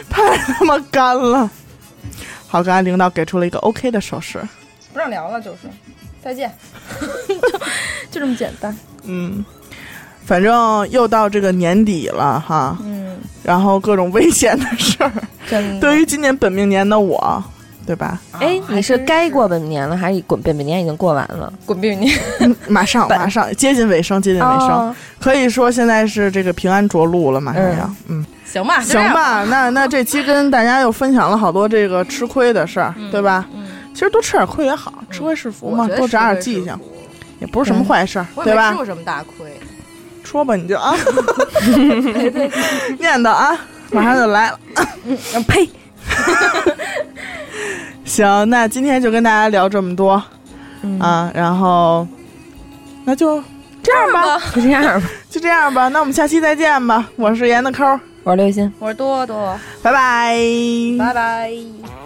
太他妈干了。好，刚才领导给出了一个 OK 的手势，
不让聊了，就是再
*laughs*
见，就就这么简单。
嗯，反正又到这个年底了哈，
嗯，
然后各种危险的事儿。
真的
对于今年本命年的我，对吧？
哎，你是该过本命年了，还是滚本命年已经过完了？
滚避你。
嗯马上马上接近尾声，接近尾声，
哦
可以说现在是这个平安着陆了，马上要，嗯
行吧，就这
*laughs* 行
样，
吧，那那这期跟大家又分享了好多这个吃亏的事儿，对吧？
嗯，
其实多吃点亏也好，吃亏是福嘛，
我觉得
多长点
吃亏
记
是
性
福，
也不是什么坏事儿，
我也
对
没吃
吧？
过什么大亏。
说吧，你就
*laughs*
啊，念叨啊，马上就来了。
啊呸！
行，那今天就跟大家聊这么多啊，然后那就这样吧，
就这样 *laughs* 吧。
就这样吧，那我们下期再见吧。我是严的抠儿，
我是刘鑫。
我是多多，
拜拜，
拜拜。